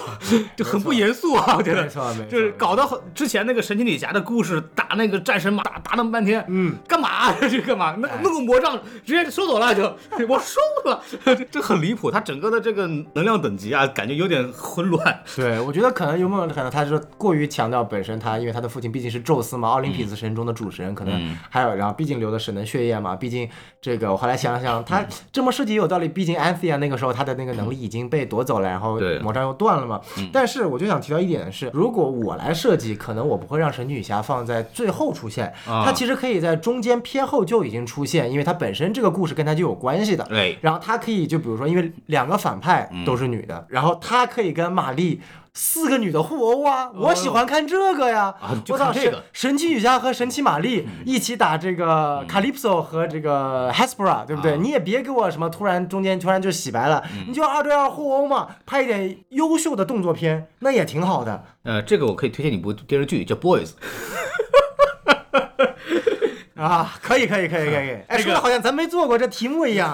就很不严肃啊！我觉得没错没错就是搞得很之前那个神奇女侠的故事打那个战神马打打那么半天，嗯，干嘛啊 这是干嘛？那弄个魔杖直接收走了就， 我收了， 这这很离谱。它整个的这个能量等级啊，感觉有点混 乱。对，我觉得可能有没有可能，他是过于强调本身他，因为他的父亲毕竟是宙斯嘛，奥林匹斯神中的主神，可嗯能还有，然后毕竟流的神的血液嘛，毕竟这个我后来想了想，嗯他这么设计也有道理，毕竟安西亚那个时候他的那个能力已经被夺走了，然后对嗯魔杖又断了嘛。但是我就想提到一点是，如果我来设计，可能我不会让神奇女侠放在最后出现，啊她其实可以在中间偏后就已经出现，因为她本身这个故事跟她就有关系的。对，然后她可以就比如说，因为两个反派都是女的，嗯然后她可以跟玛丽。四个女的互殴啊！我喜欢看这个呀！哦啊就我操，看这神个嗯神奇女侠和神奇玛丽一起打这个 Calypso 和这个 Hespera，对不啊对？你也别给我什么突然中间突然就洗白了，嗯你就二对二互殴嘛，拍一点优秀的动作片，那也挺好的。呃，这个我可以推荐你一部电视剧叫《Boys》， 啊，可以可以可以可以，哎，说的好像咱没做过这题目一样，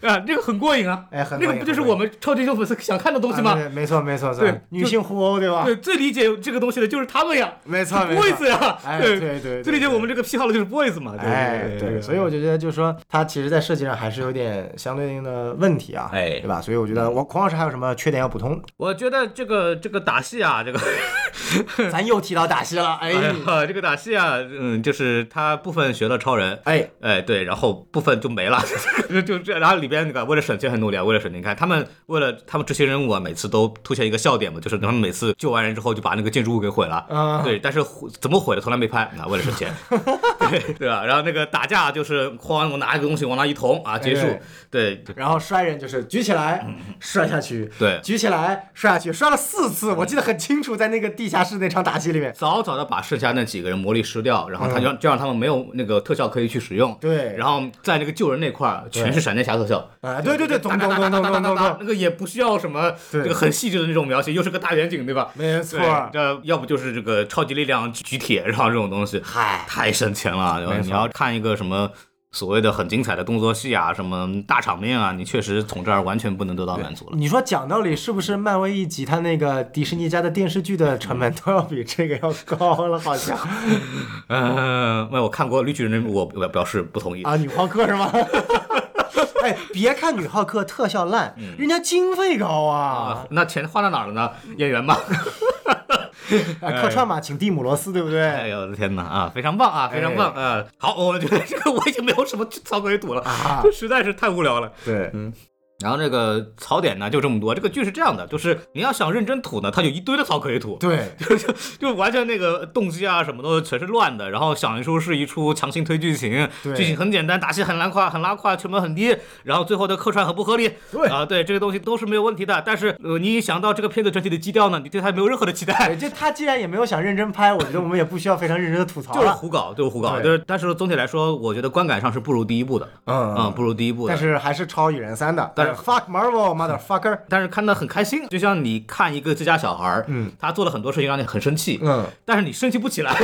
啊，这个很过瘾啊，哎很这过个瘾不就是很过我瘾们超级英雄粉丝想看的东西啊吗？对没错没错，对对，女就性互殴对吧？啊对，最理解这个东西的就是他们呀， 没错没错 boys 呀，哎对对最对理解我们这个癖好的就是 boys 嘛，哎，对对，所以我就觉得，就是说，它其实，在设计上还是有点相对应的问题啊，哎对吧？所以我觉得，我孔老师还有什么缺点要 补充？我觉得这个这个打戏啊，这个。咱又提到打戏了，哎，呀， 这个打戏啊，嗯，就是他部分学了超人，哎，哎，对，然后部分就没了， 就就这，然后里边那个为了省钱很努力啊，为了省钱，你看他们为了他们执行任务啊，每次都凸显一个笑点嘛，就是他们每次救完人之后就把那个建筑物给毁了，嗯对，但是毁怎么毁的从来没拍，啊，为了省 钱，对对吧？然后那个打架就是哐，我拿一个东西往那一捅啊，结束，哎对然后摔人就是举起来嗯摔下去，对举起来摔下去，摔了四次，我记得很清楚，在那个地下室那场打戏里面，早早的把剩下那几个人魔力失掉，然后他就就让他们没有那个特效可以去使用。嗯对然后在那个救人那块儿，全是闪电侠特效。啊，对对对，哒咚哒哒哒哒咚咚咚哒咚哒咚哒 咚，那个也不需要什么这对个很细致的那种描写，又是个大远景，对吧？没错对，这要不就是这个超级力量举铁，然后这种东西，嗨太省钱了。然后没错你要看一个什么。所谓的很精彩的动作戏啊，什么大场面啊，你确实从这儿完全不能得到满足了。你说讲道理，是不是漫威一集它那个迪士尼家的电视剧的成本都要比这个要高了？好 像嗯，没有，我看过《绿巨人》，我表表示不同意。啊，女浩克是吗？ 哎，别看女浩克特效烂，人家经费高啊！啊，那钱花到哪儿了呢？演 员吧。啊，客串嘛，请蒂姆·罗斯，对不哎对？呦我的天哪啊， 非常棒啊，哎非常棒啊！好，我们觉得这个我已经没有什么槽可以吐了，啊这实在是太无聊了。对，然后这个槽点呢就这么多，这个剧是这样的，就是你要想认真吐呢，它有一堆的槽可以吐。对，就就就完全那个动机啊什么的全是乱的，然后想一出是一出，强行推剧情，对剧情很简单，打戏很拉胯，很拉胯，成本很低，然后最后的客串很不合理，对啊、对，这个东西都是没有问题的。但是呃，你一想到这个片子整体的基调呢，你对它没有任何的期待 对，，就他既然也没有想认真拍，我觉得我们也不需要非常认真的吐槽就是了。胡搞，就是胡搞，对就是但是总体来说，我觉得观感上是不如第一部的，嗯嗯，不如第一部的。但是还是嗯超《蚁人三》的，哎但是 fuck Marvel motherfucker，但是看得很开心，就像你看一个自家小孩儿，嗯，他做了很多事情让你很生气，嗯，但是你生气不起来，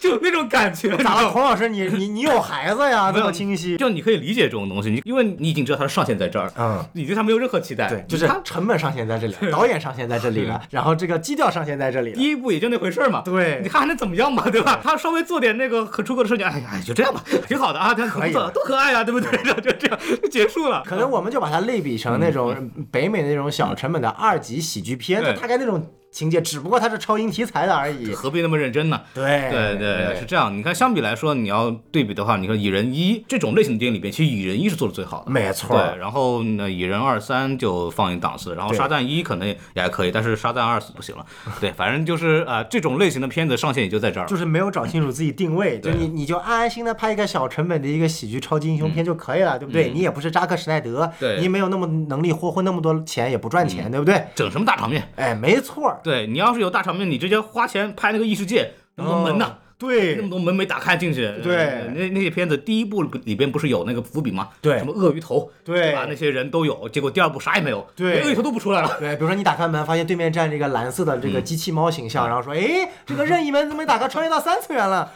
就那种感 觉，你知道咋吗了，孔老师，你你你有孩子 呀？这么清晰，就你可以理解这种东西，你因为你已经知道它的上限在这儿，嗯。哎你对它没有任何期待，对，就就是是它成本上限在这里，导演上限在这里了，然后这个基调上限在这里第了。一步也就那回事儿嘛，对你看还能怎么样嘛，对吧？他稍微做点那个很出格的事情，哎呀，哎就这样吧，挺好的啊，他可以做了多可爱啊，对不对？ 就这样就结束了，可能我们就把它类比成那种北美那种小成本的二级喜剧片，嗯对就大概那种情节，只不过它是超英题材的而已。何必那么认真呢？对对对，是这样。你看，相比来说，你要对比的话，你看《蚁人一》这种类型的电影里边，其实《蚁人一》是做的最好的。没错对，然后呢，《蚁人二》三就放一档次，然后《对沙赞一》可能也还可以，但是《沙赞二》不行了。 对，反正就是啊、呃这种类型的片子上限也就在这儿。就是没有找清楚自己定位，就对你你就安安心的拍一个小成本的一个喜剧超级英雄片就可以了，对不对？你也不是扎克施耐德，嗯对嗯你没有那么能力，霍霍那么多钱也不赚钱，对不对？整什么大场面？哎，没错儿，对你要是有大场面，你直接花钱拍那个异世界，那么哦门呐，那对么多门没打开进去。对呃那那些片子第一部里边不是有那个伏笔吗？对什么鳄鱼头，对吧？那些人都有，结果第二部啥也没有，对连鳄鱼头都不出来了。对，比如说你打开门，发现对面站这个蓝色的这个机器猫形象，然后说，哎，这个任意门怎么打开，穿越到三次元了？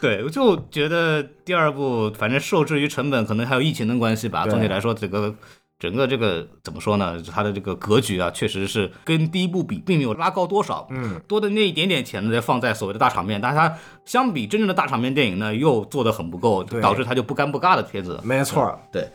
对，我就觉得第二部反正受制于成本，可能还有疫情的关系吧。对总体来说，整个整个这个怎么说呢？它的这个格局啊，确实是跟第一部比并没有拉高多少。嗯，多的那一点点钱呢，再放在所谓的大场面，但是它相比真正的大场面电影呢，又做的很不够，对导致它就不干不尬的片子。没错，对。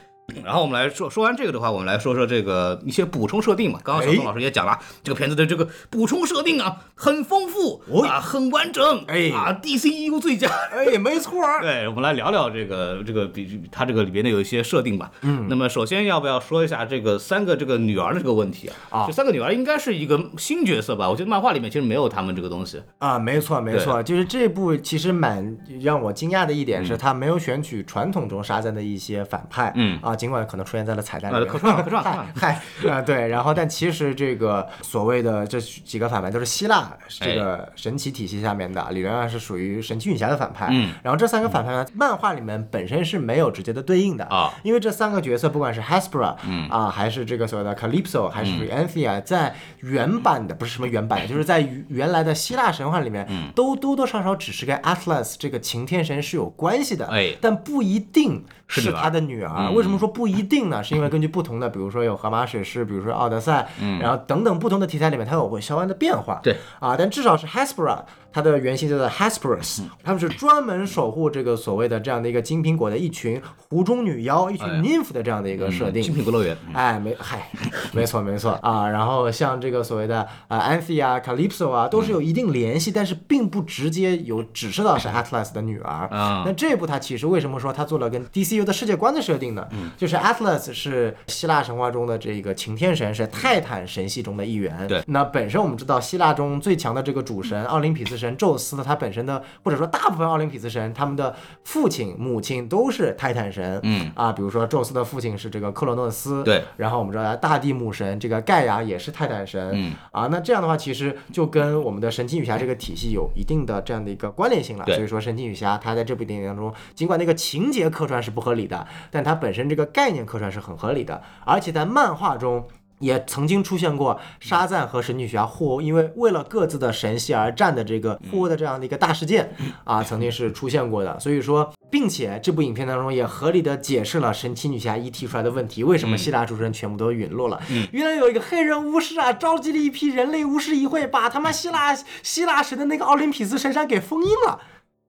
然后我们来说说完这个的话，我们来说说这个一些补充设定嘛。刚刚小宋哎老师也讲了，这个片子的这个补充设定啊，很丰富、哦啊，很完整，哎啊，DCU 最佳。哎，没错，对，我们来聊聊这个这个比它这个里边的有一些设定吧。嗯，那么首先要不要说一下这个三个这个女儿的这个问题啊？啊这三个女儿应该是一个新角色吧？我觉得漫画里面其实没有他们这个东西。啊，没错没错，就是这部其实蛮让我惊讶的一点是，它没有选取传统中沙赞的一些反派，嗯啊，尽管可能出现在了彩蛋里啊面，客串客串客嗨串嗨，啊对，然后但其实这个所谓的这几个反派都是希腊这个神奇体系下面的，理论上是属于神奇女侠的反派，嗯，然后这三个反派呢，漫画里面本身是没有直接的对应的啊因为这三个角色，不管是 Hespera，嗯啊，还是这个所谓的 Calypso，还是嗯 Anthea，、在原版的不是什么 原版，就是在于原来的希腊神话里面，嗯都多多少少只是跟 Atlas 这个擎天神是有关系的，哎但不一定是嗯女是儿他的女儿。为什么说不一定呢？是因为根据不同的，比如说有荷马史诗，比如说奥德赛，嗯然后等等不同的题材里面，它有会相关的变化。对啊，但至少是 Hespera，它的原型叫做 Hesperus，、他们是专门守护这个所谓的这样的一个金苹果的一群湖中女妖、一群 nymph 的这样的一个设定。精品游乐园。嗯哎，没嗨， 没错没错啊。然后像这个所谓的啊 a n t h e 啊、Calypso 啊，都是有一定联系，但是并不直接有指涉到是 Atlas 的女儿。啊那这部它其实为什么说它做了跟 DCU 的世界观的设定呢？嗯就是 Atlas 是希腊神话中的这个擎天神，是泰坦神系中的一员。对那本身我们知道希腊中最强的这个主神奥林匹斯神宙斯呢，他本身的或者说大部分奥林匹斯神他们的父亲、母亲都是泰坦神。嗯啊，比如说宙斯的父亲是这个克罗诺斯，对然后我们知道大地母神这个盖亚也是泰坦神，嗯啊，那这样的话其实就跟我们的神奇女侠这个体系有一定的这样的一个关联性了。对所以说神奇女侠她在这部电影当中，尽管那个情节客串是不合理的，但它本身这个概念客串是很合理的，而且在漫画中。也曾经出现过沙赞和神奇女侠互殴，因为为了各自的神系而战的这个互殴的这样的一个大事件啊，曾经是出现过的。所以说，并且这部影片当中也合理的解释了神奇女侠一提出来的问题，为什么希腊诸神全部都陨落了？原来有一个黑人巫师啊，召集了一批人类巫师议会，把他妈希腊希腊神的那个奥林匹斯神山给封印了。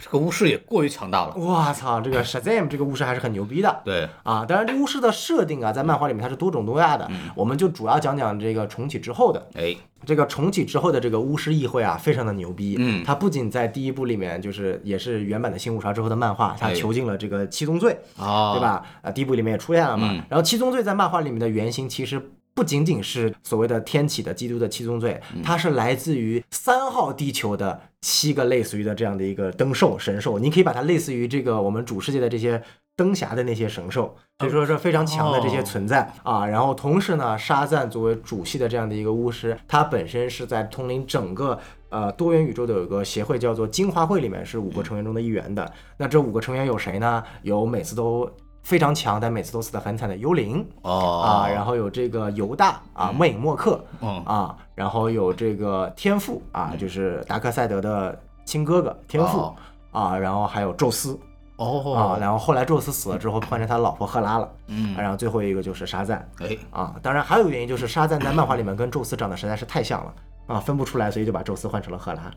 这个巫师也过于强大了。我操，这个 Shazam 这个巫师还是很牛逼的。对，啊，当然这巫师的设定啊，在漫画里面它是多种多样的，嗯我们就主要讲讲这个重启之后的。哎，这个重启之后的这个巫师议会啊，非常的牛逼。嗯它不仅在第一部里面，就是也是原版的新五朝之后的漫画，它哎囚禁了这个七宗罪，啊，对？吧？呃，第一部里面也出现了嘛。嗯然后七宗罪在漫画里面的原型其实。不仅仅是所谓的天启的基督的七宗罪，它是来自于三号地球的七个类似于的这样的一个灯兽神兽，你可以把它类似于这个我们主世界的这些灯侠的那些神兽，所以说是非常强的这些哦存在啊。然后同时呢，沙赞作为主系的这样的一个巫师，他本身是在统领整个。呃，多元宇宙的有一个协会叫做精华会，里面是五个成员中的一员的。那这五个成员有谁呢？有每次都非常强，但每次都死得很惨的幽灵哦啊，然后有这个犹大啊，魅影默克嗯啊，然后有这个天赋啊，就是达克赛德的亲哥哥天赋哦啊，然后还有宙斯啊，哦，然后后来宙斯死了之后，换成他老婆赫拉了，嗯，啊然后最后一个就是沙赞哎，啊，当然还有一个原因就是沙赞在漫画里面跟宙斯长得实在是太像了啊，分不出来，所以就把宙斯换成了赫拉。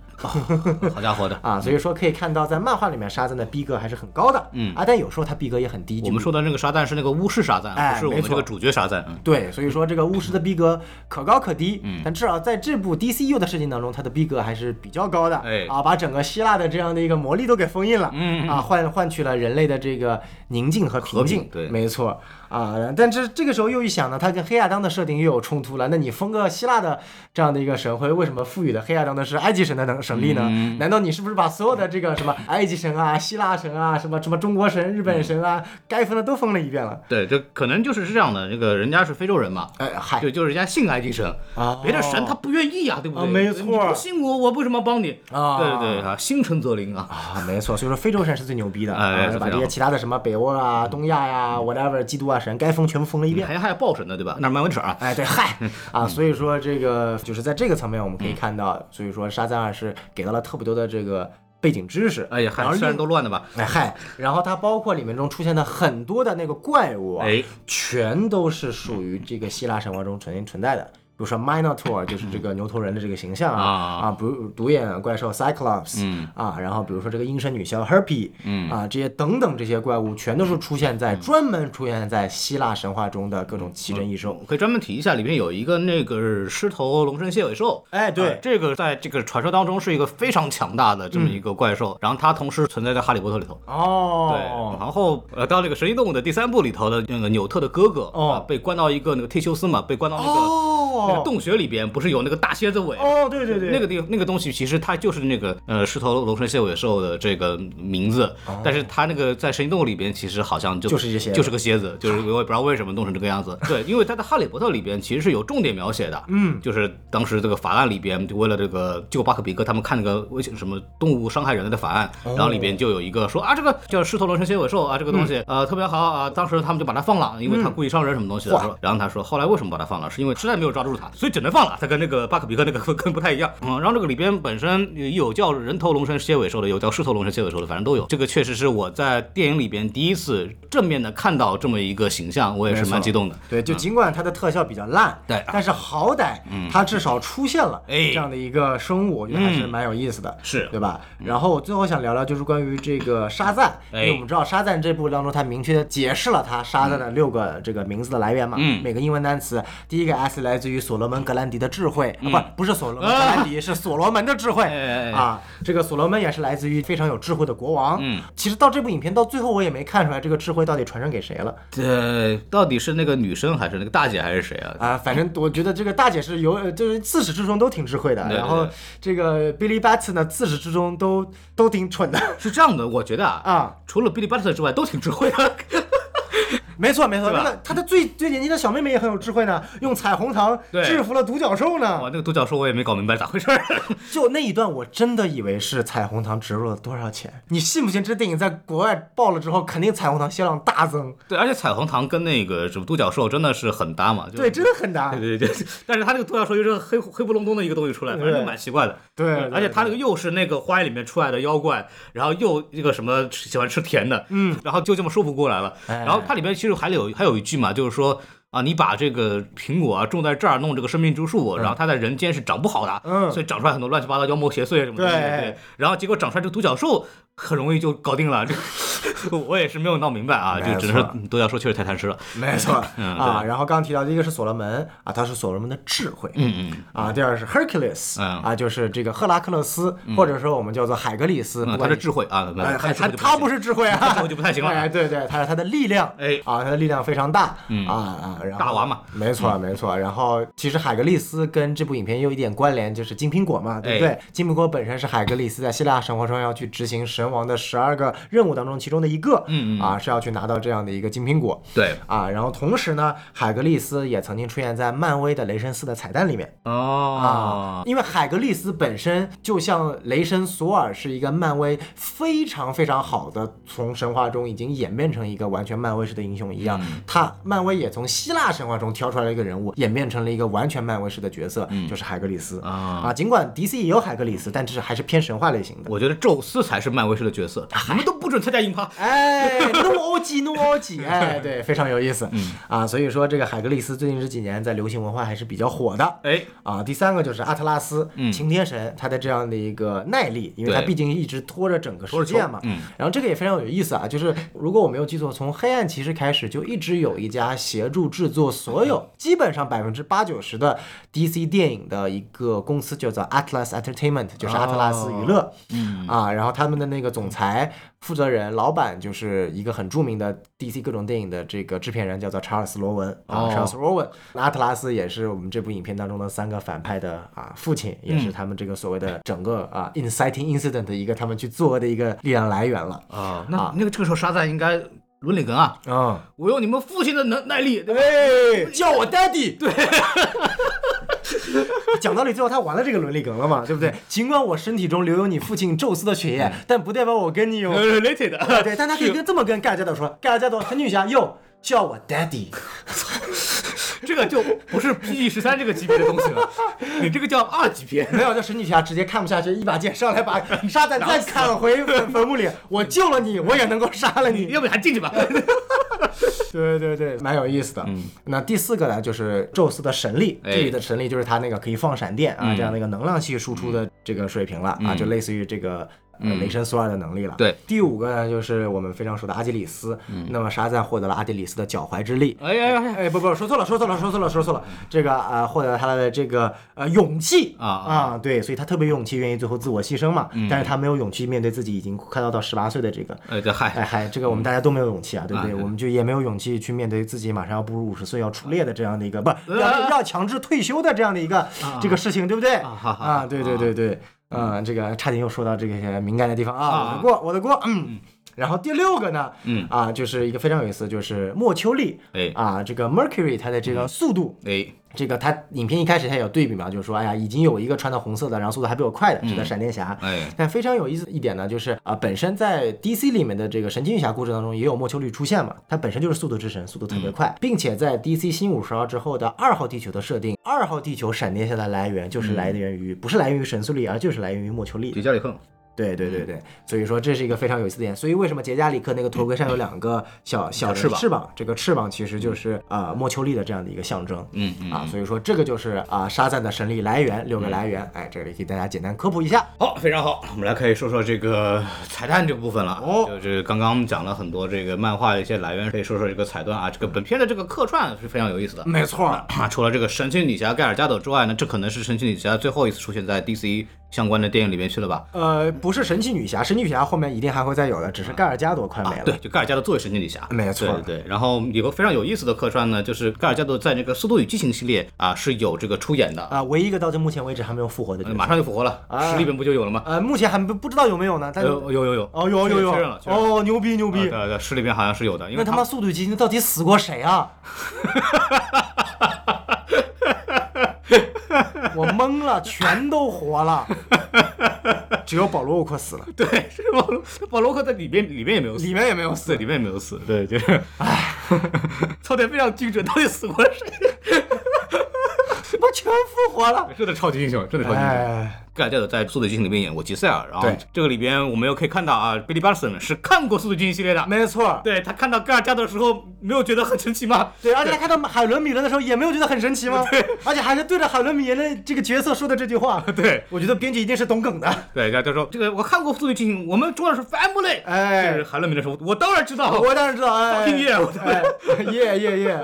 好家伙的，啊，所以说可以看到，在漫画里面沙赞的逼格还是很高的，嗯啊，但有时候他逼格也很低。我就们说的那个沙赞是那个巫师沙赞，哎不是我没们错这个主角沙赞。嗯对，所以说这个巫师的逼格可高可低，嗯，但至少在这部 DCU 的设定当中，他的逼格还是比较高的，哎啊，把整个希腊的这样的一个魔力都给封印了，嗯啊，换换取了人类的这个宁静和平静，平对没错啊，但这这个时候又一想呢，他跟黑亚当的设定又有冲突了，那你封个希腊的这样的一个神回为什么赋予的黑亚当的是埃及神的能神力呢？嗯难道你是不是把所有的这个什么埃及神啊、希腊神啊、什么什么中国神、日嗯本神啊，该封的都封了一遍了？对，这可能就是是这样的，这个人家是非洲人嘛，哎，嗨就就是人家信埃及神，啊别的神他不愿意啊，对不对？啊没错你不信我，我为什么帮你？啊对对对啊，心诚则灵啊。啊，没错，所以说非洲神是最牛逼的，哎啊是把非常这些好嗯其他的什么北欧啊、东亚呀、whatever 基督啊神该封全部封了一遍。还还有报神的对吧？那是漫威扯啊。哎，对，嗨啊，所以说这个就是在这个层面我们嗯可以看到，所以说沙赞二世给到了特别多的这个背景知识，哎呀，然还后虽然另都乱的吧。哎嗨，然后它包括里面中出现的很多的那个怪物啊，哎全都是属于这个希腊神话中曾经存在的。比如说 Minotaur 就是这个牛头人的这个形象啊啊啊，比如独眼怪兽 Cyclops，嗯啊，然后比如说这个阴神女枭 Herpy，嗯啊，这些等等这些怪物全都是出现在专门出现在希腊神话中的各种奇珍异兽。我可以专门提一下，里面有一个那个狮头龙身蟹尾兽，哎，啊，这个在这个传说当中是一个非常强大的这嗯么一个怪兽，然后它同时存在在《哈利波特》里头。对，哦，然后呃，到这个《神奇动物》的第三部里头的那个纽特的哥哥，哦啊被关到一个那个忒修斯嘛，被关到那个、哦那个洞穴里边，不是有那个大蝎子尾，哦，对对对，那个地那个东西其实它就是那个呃狮头龙身蟹尾兽的这个名字，但是它那个在神奇动物里边其实好像哦就就是这些就是个蝎 子，就是我也不知道为什么弄成这个样子。对，因为它在《哈利波特》里边其实是有重点描写的，嗯，就是当时这个法案里边就为了这个救巴克比克他们看那个危险什么动物伤害人类的法案，然后里边就有一个说啊这个叫狮头龙身蟹尾兽啊这个东西、呃特别好啊，当时他们就把它放了，因为它故意伤人什么东西的，哇说然后他说后来为什么把它放了，是因为实在没有抓住它，所以只能放了，它跟那个巴克比克那个跟不太一样，嗯，然后这个里边本身也有叫人头龙身蝎尾兽的，有叫狮头龙身蝎尾兽的，反正都有，这个确实是我在电影里边第一次正面的看到这么一个形象，我也是没错蛮激动的。对，就尽管它的特效比较烂，嗯对啊但是好歹它至少出现了哎嗯这样的一个生物，我觉得还是蛮有意思的，是嗯对吧？然后我最后想聊聊就是关于这个沙赞，因哎为我们知道沙赞这部当中，它明确的解释了它沙赞嗯的六个这个名字的来源嘛，每个英文单词，第一个 S 来自于所罗门格兰迪的智慧，啊，不不是所罗门格兰迪，是所罗门的智嗯慧啊哎哎哎啊，这个所罗门也是来自于非常有智慧的国王，嗯，其实到这部影片到最后我也没看出来这个智慧到底传承给谁了。呃，到底是那个女生还是那个大姐还是谁啊？啊、反正我觉得这个大姐是有，呃就是自始至终都挺智慧的。对对然后对这个 Billy Batson 呢，自始至终都都挺蠢的 是这样的，我觉得啊，啊。除了 Billy Butler 之外，都挺智慧的。没错没错，对吧那个他的最最年轻的小妹妹也很有智慧呢，用彩虹糖对制服了独角兽 哇，呢。那个独角兽我也没搞明白咋回事儿。就那一段，我真的以为是彩虹糖植入了多少钱。你信不信？这电影在国外爆了之后，肯定彩虹糖销量大增。 对，而且彩虹糖跟那个什么独角兽真的是很搭嘛。就对，真的很大。 对对对，但是他那个独角兽又是黑黑不隆咚的一个东西出来，反正对就蛮奇怪的。嗯对对而且他那个又是那个花园里面出来的妖怪，然后又一个什么喜欢吃甜的，嗯，然后就这么说服过来了。哎然后它里面其实还有还有一句嘛，就是说。啊，你把这个苹果啊种在这儿，弄这个生命之树，然后它在人间是长不好的，嗯所以长出来很多乱七八糟妖魔邪祟什么的，对哎对。然后结果长出来这个独角兽，很容易就搞定了。这个 我也是没有闹明白啊，没就只能说错嗯独角兽确实太贪吃了。没错、嗯对啊。然后刚刚提到的一个是所罗门啊，他是所罗门的智慧。嗯嗯嗯，啊，第二是 Hercules，、嗯啊，就是这个赫拉克勒斯，或者说我们叫做海格力斯，不嗯，管它你是智慧啊，没有哎，它他是智慧就他不不行是智慧啊，这我就不太行了哎，对对，他是他的力量，哎嗯啊，他的力量非常大，啊啊，然后大娃嘛，嗯没错没错。然后其实海格力斯跟这部影片也有一点关联，就是金苹果嘛，对不对哎？金苹果本身是海格力斯在希腊神话中要去执行神王的十二个任务当中其中的一个，嗯啊，是要去拿到这样的一个金苹果，对啊，然后同时呢，海格力斯也曾经出现在漫威的雷神四的彩蛋里面。哦啊，，因为海格力斯本身就像雷神索尔是一个漫威非常非常好的，从神话中已经演变成一个完全漫威式的英雄一样，嗯他漫威也从希腊神话中挑出来了一个人物，演变成了一个完全漫威式的角色，就是海格力斯嗯啊嗯尽管 DC 也有海格力斯，但这是还是偏神话类型的。我觉得宙斯才是漫威式的角色，你们都不准参加硬趴。哎，怒欧几怒欧 几，哎，对，非常有意思，嗯啊，所以说这个海格力斯最近这几年在流行文化还是比较火的，哎，啊，第三个就是阿特拉斯，擎天神，他的这样的一个耐力，因为他对毕竟一直拖着整个世界嘛。嗯然后这个也非常有意思啊，就是如果我没有记错，从黑暗骑士开始就一直有一家协助制作所有基本上百分之八九十的 DC 电影的一个公司，叫做 Atlas Entertainment，就是阿特拉斯娱乐。啊，然后他们的那个总裁负责人、老板就是一个很著名的 DC 各种电影的这个制片人，叫做查尔斯·罗文啊、哦 c h a r l e s Rowan。那阿特拉斯也是我们这部影片当中的三个反派的啊父亲，也是他们这个所谓的整个啊 inciting incident 的一个他们去作恶的一个力量来源了。啊，那啊那个这个时候沙赞应该伦理根啊，嗯，我有你们父亲的能耐力，对吧？哎，叫我 daddy。对。 讲道理，最后他玩了这个伦理梗了嘛，对不对？尽管我身体中流有你父亲宙斯的血液，但不代表我跟你 有呃 related， 对，但他可以跟这么跟盖亚加朵说，盖亚加朵很女侠哟，叫我 daddy。这个就不是 PG 十三这个级别的东西 了，你这个叫二级片。没有，这神女侠直接看不下去，一把剑上来把沙 赞再砍回坟坟墓里。我救了你，我也能够杀了你。要不你还进去吧？ 对对对，蛮有意思的。那第四个呢，就是宙斯的神力，嗯哎这里的神力就是他那个可以放闪电啊，嗯这样的一个能量系输出的这个水平了啊，嗯就类似于这个。呃嗯雷神索尔的能力了。对，嗯第五个呢，就是我们非常熟的阿基里斯。那么沙赞获得了阿基里斯的脚踝之力，哎呀呀呀！哎，不不，说错了，说错了，说错了，说错了。这个啊、呃获得他的这个呃勇气啊嗯啊啊，对，所以他特别有勇气，愿意最后自我牺牲嘛。但是他没有勇气面对自己已经快要到十八岁的这个。哎，这哎嗨，嗨，这个我们大家都没有勇气啊，对不对？嗯啊我们就也没有勇气去面对自己马上要步入五十岁要出列的这样的一个，不要要强制退休的这样的一个这个事情，对不对？啊哈哈啊，对对对对，嗯，这个差点又说到这些敏感的地方啊，我啊的锅，我的锅，嗯。然后第六个呢，嗯啊，就是一个非常有意思，就是莫丘利，哎啊，这个 Mercury 它的这个速度，哎，这个它影片一开始它有对比嘛，就是说，哎呀，已经有一个穿的红色的，然后速度还比我快的，是在闪电侠。哎但非常有意思一点呢，就是啊、本身在 DC 里面的这个神奇女侠故事当中也有莫丘利出现嘛，它本身就是速度之神，速度特别快，并且在 DC 新五十二之后的二号地球的设定，二号地球闪电侠的来源就是来源于、不是来源于神速力，而就是来源于莫丘利。迪加里克，对对嗯对对，所以说这是一个非常有意思的点。所以为什么杰加里克那个头盔上有两个小小的嗯翅膀翅膀这个翅膀其实就是呃莫丘利的这样的一个象征。嗯嗯啊，所以说这个就是啊、沙赞的神力来源六个来源，哎，这里给大家简单科普一下。好，非常好，我们来可以说说这个彩蛋这部分了。哦就是刚刚我们讲了很多这个漫画的一些来源，可以说说这个彩蛋啊。这个本片的这个客串是非常有意思的。没错儿，啊，除了这个神奇女侠盖尔加朵之外呢，这可能是神奇女侠最后一次出现在 DC 相关的电影里面去了吧？呃，不是神奇女侠，神奇女侠后面一定还会再有的，只是盖尔加朵快没了。嗯啊对，就盖尔加朵作为神奇女侠，没错对对对。然后有个非常有意思的客串呢，就是盖尔加朵在这个《速度与激情》系列啊是有这个出演的，啊、唯一一个到这目前为止还没有复活的角呃色，马上就复活了，啊十里边不就有了吗？呃，目前还不不知道有没有呢，但是、有有有有，哦有有有呃确认了，确认了。哦牛逼牛啊对逼，对，十里边好像是有的，因那为他妈速度与激情到底死过谁 啊？我懵了，全都活了，只有保罗沃克死了， 对，是保罗保罗克在里边里面也没有死，里面也没有对，死。里面也没有死，对，就是， 唉，操点非常精准，到底死过谁？我全复活了。 真的超级英雄，真的超级英雄。哎，盖尔加朵在《速度与激情》里面演过吉塞尔，然后对这个里边我们又可以看到啊，贝利巴森是看过《速度与激情》系列的，没错，对他看到盖尔加朵的时候，没有觉得很神奇吗？对，而且他看到海伦米伦的时候也没有觉得很神奇吗？而且还是对着海伦米伦的这个角色说的这句话。 对，我觉得编剧一定是懂梗的。 对，然后他说这个我看过《速度与激情》，我们重要的是 family，哎就是韩乐明的时候，我当然知道，我当然知道，哎， Fucking 哦 yeah，我哎耶耶耶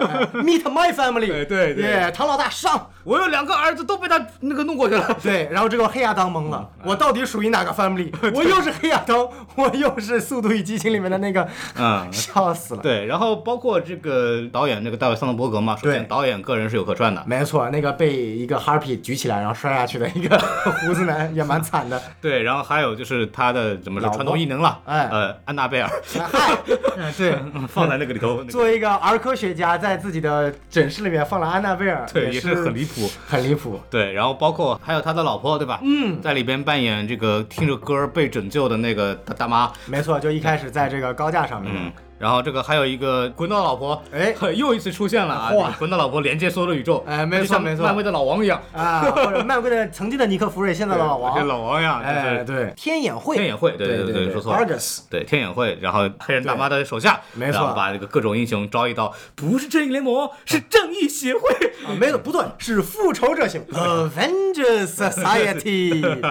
，Meet my family，哎对对耶，唐老大上，我有两个儿子都被他那个弄过去了。对，然后这个黑亚当懵嗯了，我到底属于哪 个 family？我又是黑亚当， 我又是《速度与激情》里面的那个，嗯 笑死了。对，然后包括这个导演那个大卫桑德伯格嘛，首对先导演个人是有客串的，没错，那个被一个 Harpy 举起来然后摔下去的一个 胡子男也蛮惨 的。对，然后还有就是他的怎么说老婆传统异能了，哎呃，安娜贝尔嗨，嗯对， 放在那个里头，那个 作为一个儿科学家，在自己的诊室里面放了安娜贝尔，对，也也是很离谱。很离谱。对，然后包括还有他的老婆，对吧？嗯，在里边扮演这个听着歌被拯救的那个大大妈，没错，就一开始在这个高架上面，嗯，然后这个还有一个滚刀老婆，哎，又一次出现了啊！哇滚刀老婆连接所有的宇宙，哎没错就像没错漫威的老王一样，啊，或者漫威的曾经的尼克弗瑞，现在的老跟王，老王一样，哎，就是对，天眼会，天眼会，对对对对说错了。 ，Argus，对天眼会，然后黑人大妈的手下，对没错然后把这个各种英雄招一到，不是正义联盟，哦是正义协会。啊没有不对，是复仇者型呃 Avengers Society，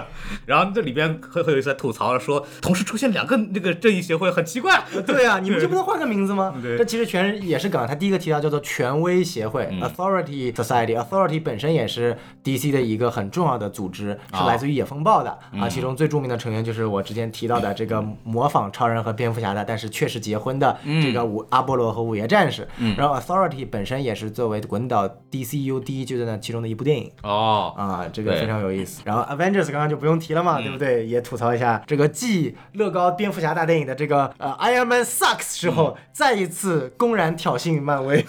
然后这里边很很有意思，吐槽了说，同时出现两个那个正义协会很奇怪。 对啊，你们就不知能换个名字吗？对这其实全也是梗。他第一个提到叫做权威协会、（Authority Society）。Authority 本身也是 DC 的一个很重要的组织，是啊来自于野风暴的、啊。其中最著名的成员就是我之前提到的这个模仿超人和蝙蝠侠的，但是确实结婚的这个五、阿波罗和午夜战士。然后 Authority 本身也是作为滚导 DCU 第一阶段的其中的一部电影。哦， 啊，这个对嗯非常有意思。然后 Avengers 刚刚就不用提了嘛，对不对？也吐槽一下这个继乐高蝙蝠侠大电影的这个呃 Iron Man sucks 之嗯后，再一次公然挑衅漫 威。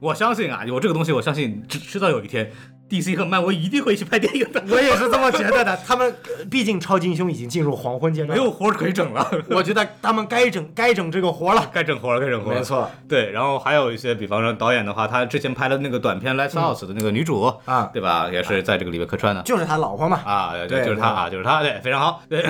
我相信啊，有这个东西，我相信迟迟早有一天，DC 和漫威一定会去拍电影 的，我也是这么觉得的。他们呃毕竟超级英雄已经进入黄昏阶段，没有，活儿可以整了， 我觉得他们该整该整这个活了。该整活儿了，该整活儿了。没错，对，然后还有一些，比方说导演的话，他之前拍的那个短片《Lights Out》的那个女主啊对吧，也是在这个里面客串的就是他老婆嘛。啊，对就是她啊，就是她，对，非常好，对，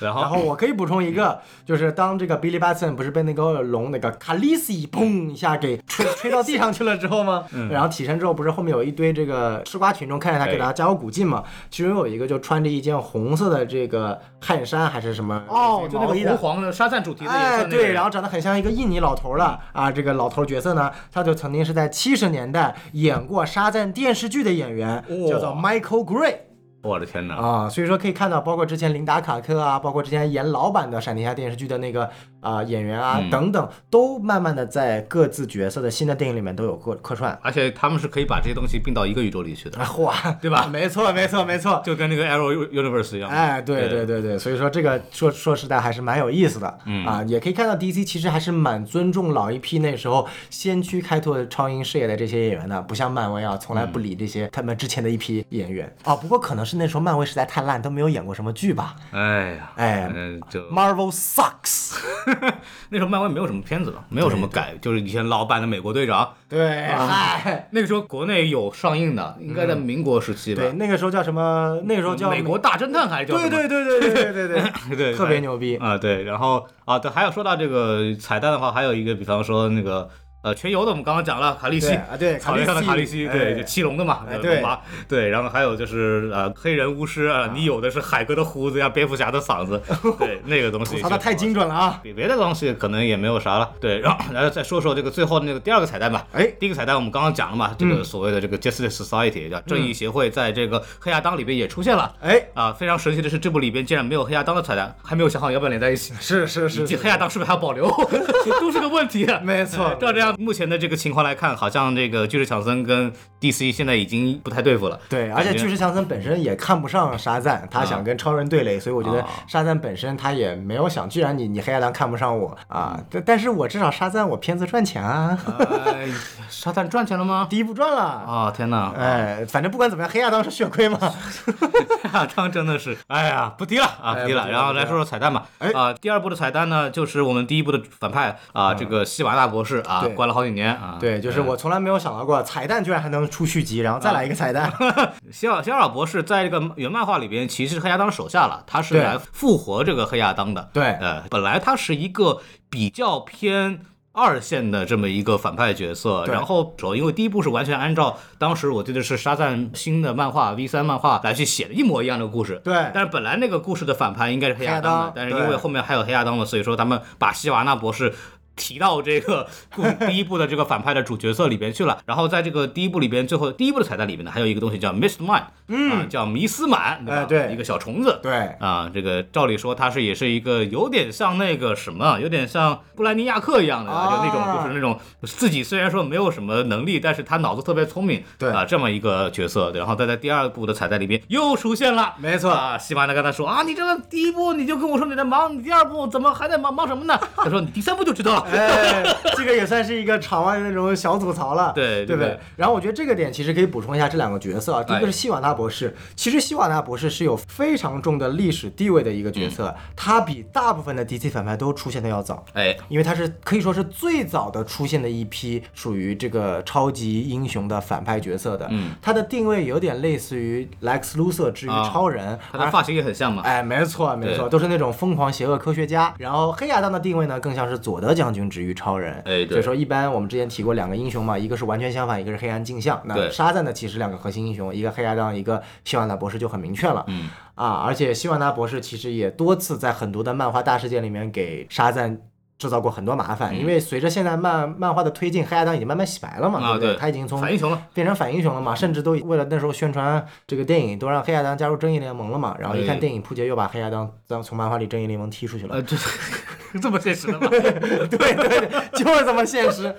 然然后后我可以补充一个，就是当这个 Billy Batson 不是被那个龙那个卡利西砰一下给吹 吹到地上去了之后吗？嗯然后起身之后，不是后面有一堆这个吃瓜群众看着他哎给他加油鼓劲嘛？其中有一个就穿着一件红色的这个汗衫还是什么哦，就那毛衣个的红黄的沙赞主题的颜色哎，那个对，人然后长得很像一个印尼老头儿了嗯啊。这个老头儿角色呢，他就曾经是在七十年代演过沙赞电视剧的演员，叫做哇 Michael Gray。我的天哪，啊、所以说可以看到，包括之前琳达卡特啊，包括之前演老版的《闪电侠》电视剧的那个啊、呃演员啊、嗯等等，都慢慢的在各自角色的新的电影里面都有客客串。而且他们是可以把这些东西并到一个宇宙里去的，啊，哇，对吧没错，没错，没错。 就跟那个 Arrow Universe 一样，哎，对对对对，所以说这个说说实在还是蛮有意思的，嗯啊，也可以看到 DC 其实还是蛮尊重老一批那时候先驱开拓超英事业的这些演员的，不像漫威啊，从来嗯不理这些他们之前的一批演员啊。不过可能是那时候漫威实在太烂，都没有演过什么剧吧。哎呀，哎嗯，就 Marvel sucks。那时候漫威没有什么片子了，没有什么改，就是以前老版的美国队长， 对，嗨，那个时候国内有上映的，应该在民国时期吧，嗯对，那个时候叫什么？那个时候叫美国，大侦探还是叫什对么，对对对对对对 对对，特别牛逼啊、对，然后啊，对，还有说到这个彩蛋的话，还有一个，比方说那个呃，全游的，我们刚刚讲了卡利对西啊对草原上的卡卡利利西，西对，哎就七龙的嘛，哎呃对龙马对，然后还有就是呃，黑人巫师啊，你有的是海哥的胡子呀，蝙蝠侠的嗓 子，对，那个东西吐槽的太精准了啊！比别的东西可能也没有啥了。对，然后然后再说说这个最后那个第二个彩蛋吧。哎第一个彩蛋我们刚刚讲了嘛，这嗯个所谓的这个 Justice Society 叫正义协会，在这个黑亚当里边也出现了。哎，啊，非常神奇的是，这部里边竟然没有黑亚当的彩蛋，还没有想好要不要连在一起。 是是以是及是，黑亚当是不是还要保留， 都是个问题。啊没 错，照这样目前的这个情况来看，好像这个巨石强森跟 DC 现在已经不 太对啊付了。对，而且感觉巨石强森本身也看不上沙赞，他想跟超人对垒，所以我觉得啊沙赞本身他也没有想，既然你你黑亚当看不上我嗯啊，但但是我至少沙赞我片子赚钱啊，哎，沙赞赚钱了吗？第一部赚了。啊、天哪！ 哎，反正不管怎么样，黑亚当是血亏嘛。黑亚当真的是，哎呀，不提了啊，哎不提不了。提了然后不提来了说说彩蛋吧。哎啊，第二部的彩蛋呢，就是我们第一部的反派啊，这个希瓦纳博士啊，对关了好几年啊。对，就是我从来没有想到过彩蛋居然还能出续集，然后再来一个彩蛋。希尔希尔博士在这个原漫画里边，其实是黑亚当手下了，他是对来复活这个黑亚当的。对呃，本来他是一个比较偏。二线的这么一个反派角色，对然后主要因为第一部是完全按照当时我记得是沙赞新的漫画 V 三漫画来去写的一模一样的故事， 对但是本来那个故事的反派应该是黑亚黑当亚的当，但是因为对后面还有黑亚当嘛，所以说他们把希瓦纳博士。提到这个故第一部的这个反派的主角色里边 去了，然后在这个第一部里边，最后第一部的彩蛋里边呢，还有一个东西叫 Mist Man，嗯、叫迷思满，对吧？哎对一个小虫子，对，啊，这个照理说它是也是一个有点像那个什么，有点像布兰妮亚克一样的，啊就那种就是那种自己虽然说没有什么能力，但是他脑子特别聪明，对啊，这么一个角色。然后他在第二部的彩蛋里边又出现了，没错啊，西班牙跟他说啊，你这个第一部你就跟我说你在忙，你第二部怎么还在忙忙什么呢？他说你第三部就知道了。哎，这个也算是一个场外的那种小吐槽了，对 对不对对？然后我觉得这个点其实可以补充一下这两个角色啊，第一个是希瓦纳博士，其实希瓦纳博士是有非常重的历史地位的一个角色，他比大部分的 DC 反派都出现的要早。哎，因为他是可以说是最早的出现的一批属于这个超级英雄的反派角色的，嗯，他的定位有点类似于 Lex Luthor 之于啊超人，他的而发型也很像嘛。哎，没错没错，都是那种疯狂邪恶科学家。然后黑亚当的定位呢，更像是佐德将军之于超人。哎对所以说一般我们之前提过两个英雄嘛，一个是完全相反，一个是黑暗镜像。对那沙赞呢，其实两个核心英雄，一个黑亚当，一个希瓦纳博士就很明确了。嗯啊，而且希瓦纳博士其实也多次在很多的漫画大事件里面给沙赞。制造过很多麻嗯烦，因为随着现在漫漫画的推进，黑亚当已经慢慢洗白了嘛，啊对不对？对他已经从反英雄了，变成反英雄了嘛，甚至都为了那时候宣传这个电影，都让黑亚当加入正义联盟了嘛。然后一看对电影扑街，又把黑亚当当从漫画里正义联盟踢出去了。呃，这 这么现实的吗？ 对对对，就是这么现 实。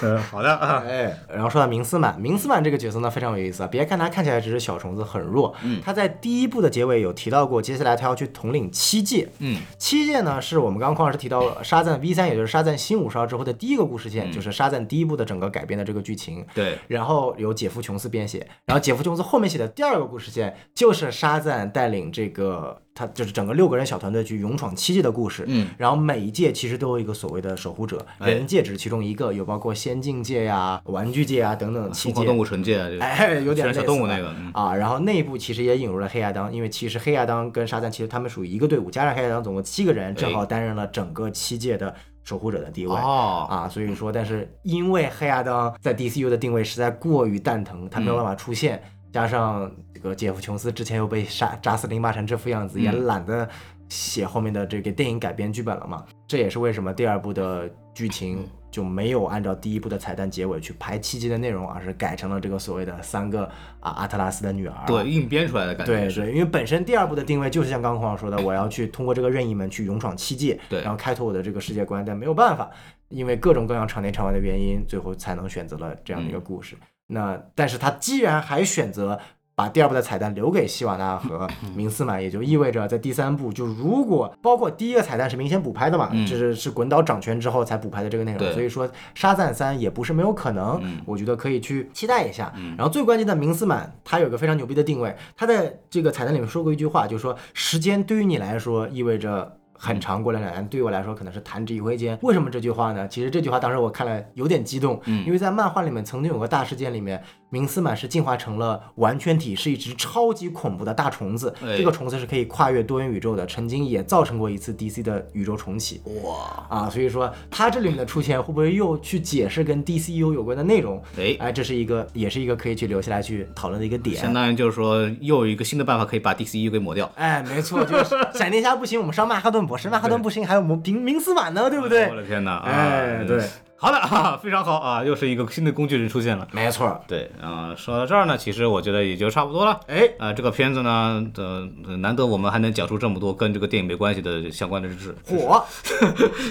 嗯，好的啊，哎，然后说到明斯曼，明斯曼这个角色呢非常有意思啊。别看他看起来只是小虫子，很弱，嗯他在第一部的结尾有提到过，接下来他要去统领七界。嗯，七界呢是我们刚刚孔老师提到沙赞 V 三，也就是沙赞新五十号之后的第一个故事嗯线，就是沙赞第一部的整个改编的这个剧情。对，然后由杰夫·琼斯编写，然后杰夫·琼斯后面写的第二个故事线就是沙赞带领这个他就是整个六个人小团队去勇闯七界的故事。嗯，然后每一界其实都有一个所谓的守护者，哎人界只是其中一个，有包括仙境界呀、玩具界啊等等七疯狂。界动物城界啊，这个哎，虽有点类然似小吧动物那个，嗯啊，然后内部其实也引入了黑亚当，因为其实黑亚当跟沙赞其实他们属于一个队伍，加上黑亚当总共七个人，正好担任了整个七界的守护者的地位。哦，啊，所以说，但是因为黑亚当在 DCU 的定位实在过于蛋疼，他没有办法出现，加上这个杰夫·琼斯之前又被杀扎斯林骂成这副样子，也懒得写后面的这个电影改编剧本了嘛，这也是为什么第二部的剧情就没有按照第一部的彩蛋结尾去排七集的内容，而是改成了这个所谓的三个啊阿特拉斯的女儿。对，硬编出来的感觉对是，对，因为本身第二部的定位就是像刚刚孔老师说的，我要去通过这个任意门去勇闯七界，对然后开拓我的这个世界观，但没有办法，因为各种各样常年常玩的原因，最后才能选择了这样嗯的一个故事。那但是他既然还选择把第二部的彩蛋留给希瓦纳和嗯明斯满，也就意味着在第三部，就如果包括第一个彩蛋是明显补拍的嘛，嗯这是是滚岛掌权之后才补拍的这个内容，对所以说沙赞三也不是没有可能，我觉得可以去期待一下。然后最关键的明斯满，他有一个非常牛逼的定位，他在这个彩蛋里面说过一句话，就是说时间对于你来说意味着。很长过两两年，对于我来说可能是弹指一挥间。为什么这句话呢？其实这句话当时我看了有点激动，因为在漫画里面曾经有个大事件里面，明斯满是进化成了完全体，是一只超级恐怖的大虫子。哎这个虫子是可以跨越多元宇宙的，曾经也造成过一次 DC 的宇宙重启。哇，啊，所以说它这里面的出现会不会又去解释跟 DCU 有关的内容？哎，哎，这是一个，也是一个可以去留下来去讨论的一个点相。当于就是说又有一个新的办法可以把 DCU 给抹掉，哎，没错，就是闪电侠不行，我们上曼哈顿博士，曼哈顿不行，还有我们明明斯满呢，对不对我？的天哪，啊哎，对，好的啊，非常好啊，又是一个新的工具人出现了。没错。对，啊、说到这儿呢，其实我觉得也就差不多了。哎，啊、这个片子呢，呃，难得我们还能讲出这么多跟这个电影没关系的相关的知识。火，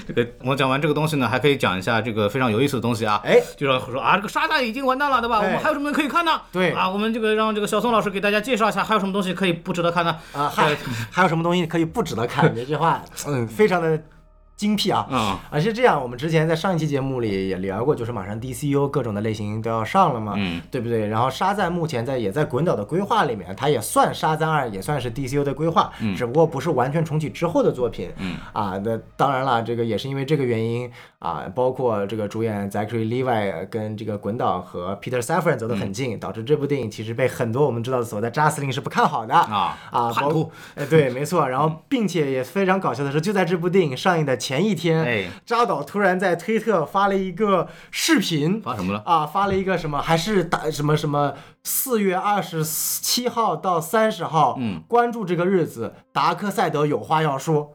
这个我讲完这个东西呢，还可以讲一下这个非常有意思的东西啊。哎，就是说啊，这个沙袋已经完蛋了，对吧？哎我们还有什么可以看呢？对啊，我们这个让这个小宋老师给大家介绍一下，还有什么东西可以不值得看呢？哎啊，还还有什么东西可以不值得 看？你这句话，嗯，非常的精辟啊。啊、而是这样，我们之前在上一期节目里也聊过，就是马上 DCU 各种的类型都要上了嘛，嗯，对不对？然后沙赞目前在也在滚岛的规划里面，它也算沙赞二，也算是 DCU 的规划，只不过不是完全重启之后的作品，嗯，啊，那当然了，这个也是因为这个原因啊，包括这个主演 Zachary Levi 跟这个滚岛和 Peter Safran 走得很近，导致这部电影其实被很多我们知道的所谓的扎斯林是不看好的啊啊，叛包徒，哎，对，没错。然后，并且也非常搞笑的是，就在这部电影上映的前一天，哎扎导突然在推特发了一个视频，发什么了？啊，发了一个什么，还是打什么什么，四月二十七号到三十号，嗯，关注这个日子，达克赛德有话要说，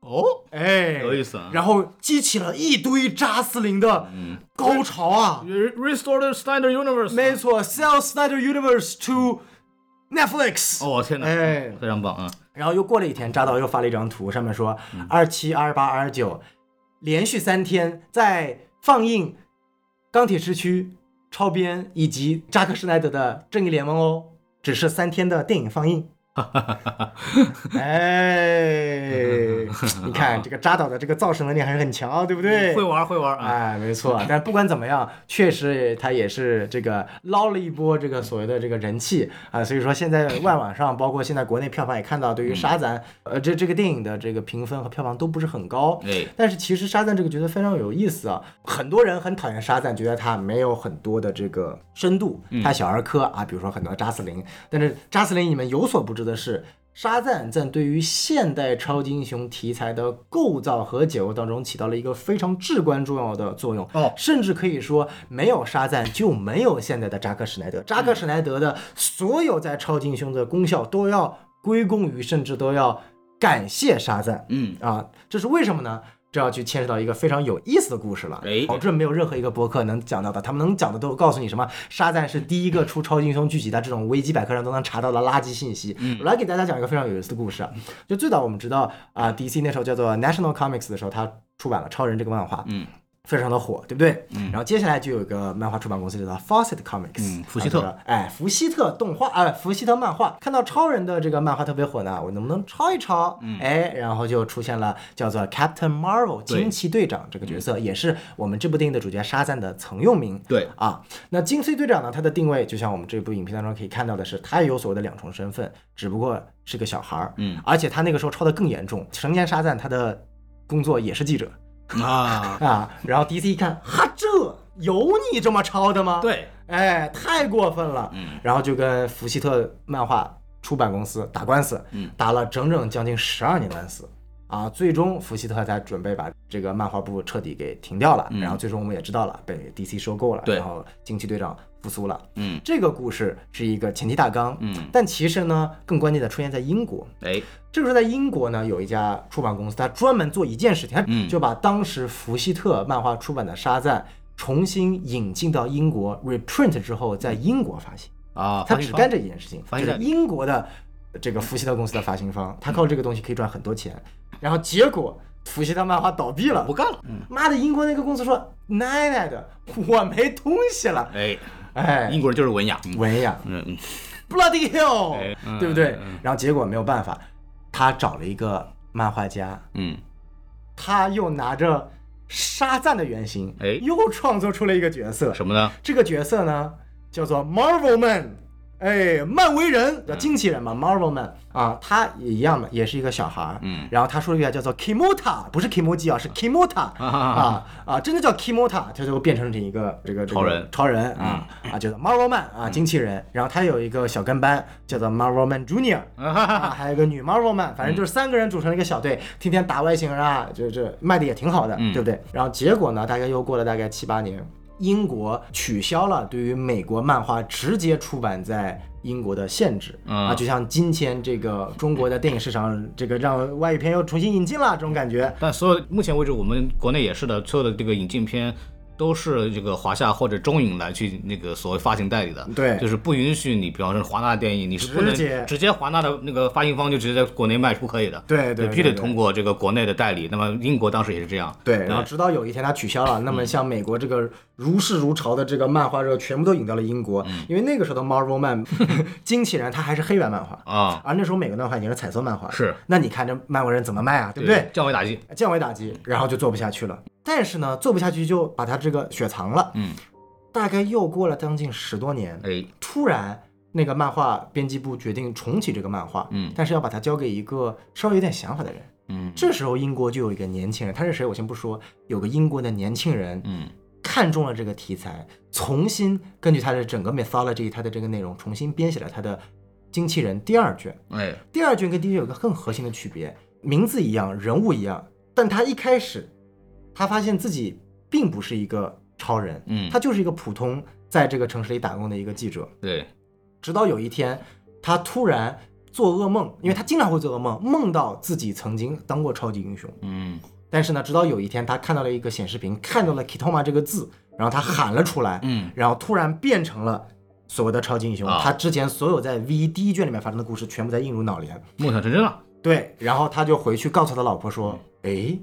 哦，哎，有意思啊。嗯然后激起了一堆扎斯林的高潮啊， Restore the Snyder Universe。没错，Sell Snyder Universe to Netflix，、哦，天哪，哎，非常棒啊！然后又过了一天，扎导又发了一张图，上面说二七、二八、二九，连续三天在放映《钢铁之躯》、超编以及扎克施奈德的《正义联盟》哦，只是三天的电影放映。哎，你看这个扎导的这个造神能力还是很强，哦对不对？会玩会玩啊！哎，没错，但不管怎么样，确实他也是这个捞了一波这个所谓的这个人气啊、所以说现在外网上，包括现在国内票房也看到，对于沙赞，呃，这这个电影的这个评分和票房都不是很高，哎，但是其实沙赞这个角色非常有意思啊，很多人很讨厌沙赞，觉得他没有很多的这个深度，他小儿科啊，比如说很多扎斯林。但是扎斯林你们有所不知的是，沙赞在对于现代超级英雄题材的构造和解构当中起到了一个非常至关重要的作用。哦甚至可以说，没有沙赞就没有现在的扎克施耐德。扎克施耐德的所有在超级英雄的功效都要归功于，甚至都要感谢沙赞。嗯，啊，这是为什么呢？这要去牵扯到一个非常有意思的故事了哎，保证没有任何一个博客能讲到的，他们能讲的都告诉你什么？沙赞是第一个出超级英雄剧集的，这种维基百科上都能查到的垃圾信息。我来给大家讲一个非常有意思的故事啊，就最早我们知道啊、d c 那时候叫做 National Comics 的时候，它出版了超人这个漫画，嗯，非常的火，对不对？嗯，然后接下来就有一个漫画出版公司叫做 Fawcett Comics，、嗯福希特然后就是，哎，福希特动画，哎，福希特漫画，看到超人的这个漫画特别火呢，我能不能抄一抄？嗯，哎，然后就出现了叫做 Captain Marvel 对嗯惊奇队长这个角色，也是我们这部电影的主角沙赞的曾用名。对啊，那惊奇队长呢，他的定位就像我们这部影片当中可以看到的是，他也有所谓的两重身份，只不过是个小孩儿，嗯而且他那个时候抄的更严重，成年沙赞他的工作也是记者。啊，啊，然后 DC 一看，哈，这有你这么抄的吗？，对，哎，太过分了。嗯然后就跟福希特漫画出版公司打官司，嗯打了整整将近十二年官司。啊，最终福希特才准备把这个漫画部彻底给停掉了，嗯然后最终我们也知道了，被 DC 收购了，对然后惊奇队长复苏了。嗯这个故事是一个前提大纲，嗯，但其实呢，更关键的出现在英国，哎，这个时候在英国呢，有一家出版公司，它专门做一件事情，它嗯就把当时福希特漫画出版的《沙赞》重新引进到英国，reprint 之后在英国发行。啊，它发行只方干这一件事情，发就行是方英国的这个福希特公司的发行方，嗯他靠这个东西可以赚很多钱。然后结果福希特漫画倒闭了不，干了，嗯，妈的，英国那个公司说奶奶的，我没东西了，哎，哎，英国人就是文雅，嗯 文呀。嗯嗯 Bloody Hell，、哎嗯对不对？嗯然后结果没有办法，他找了一个漫画家，嗯，他又拿着沙赞的原型，哎又创作出了一个角色。什么呢？这个角色呢，叫做 Marvel Man，哎，漫威人，叫惊奇人嘛、m a r v e l Man 啊，他也一样的，也是一个小孩儿。嗯然后他说了一个叫做 Kimota，不是 Kimoji 啊，是 Kimota 啊啊啊，真的叫 Kimota，他就变成这一个这个这个超人嗯超人啊啊，叫做 Marvel Man 啊，惊奇人。然后他有一个小跟班叫做 Marvel Man Junior。啊，还有一个女 Marvel Man，反正就是三个人组成了一个小队，天天打外星人啊，就这卖的也挺好的，嗯对不对？然后结果呢，大概又过了大概七八年，英国取消了对于美国漫画直接出版在英国的限制、嗯啊，就像今天这个中国的电影市场，这个让外语片又重新引进了这种感觉。但所有目前为止，我们国内也是的，所有的这个引进片都是这个华夏或者中影来去那个所谓发行代理的，对就是不允许你，比方说华纳电影，你是不能直接直接华纳的那个发行方就直接在国内卖，是不可以的，对对必须得对对通过这个国内的代理。那么英国当时也是这样，对，然然后后直到有一天它取消了，那么像美国这个如是如潮的这个漫画热，全部都引到了英国，因为那个时候的 Marvel Man 惊奇人，他还是黑白漫画，啊，而那时候美国漫画已经是彩色漫画了，是那你看这漫国人怎么卖啊，对不对？降维打击，降维打击，然后就做不下去了。但是呢，做不下去就把他这个雪藏了。嗯，大概又过了将近十多年，哎，突然那个漫画编辑部决定重启这个漫画，嗯但是要把它交给一个稍微有点想法的人。嗯这时候英国就有一个年轻人，他是谁我先不说，有个英国的年轻人嗯看中了这个题材，重新根据他的整个 mythology，他的这个内容重新编写了他的《惊奇人》第二卷。哎，第二卷跟第一卷有个更核心的区别，名字一样，人物一样，但他一开始，他发现自己并不是一个超人，嗯他就是一个普通在这个城市里打工的一个记者。对，直到有一天，他突然做噩梦，因为他经常会做噩梦，梦到自己曾经当过超级英雄。嗯但是呢，直到有一天，他看到了一个显示屏，看到了 Kitoma 这个字，然后他喊了出来，嗯然后突然变成了所谓的超级英雄。啊他之前所有在 V 第一卷里面发生的故事，全部在映入脑帘。梦想成真了，对，然后他就回去告诉他老婆说：“哎，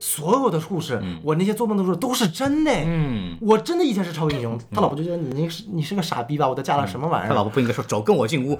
所有的故事，嗯我那些做梦的故事都是真的，嗯。我真的以前是超级英雄。他老婆就觉得你你是你是个傻逼吧，我都嫁了什么玩意嗯他儿？老婆不应该说走，跟我进屋。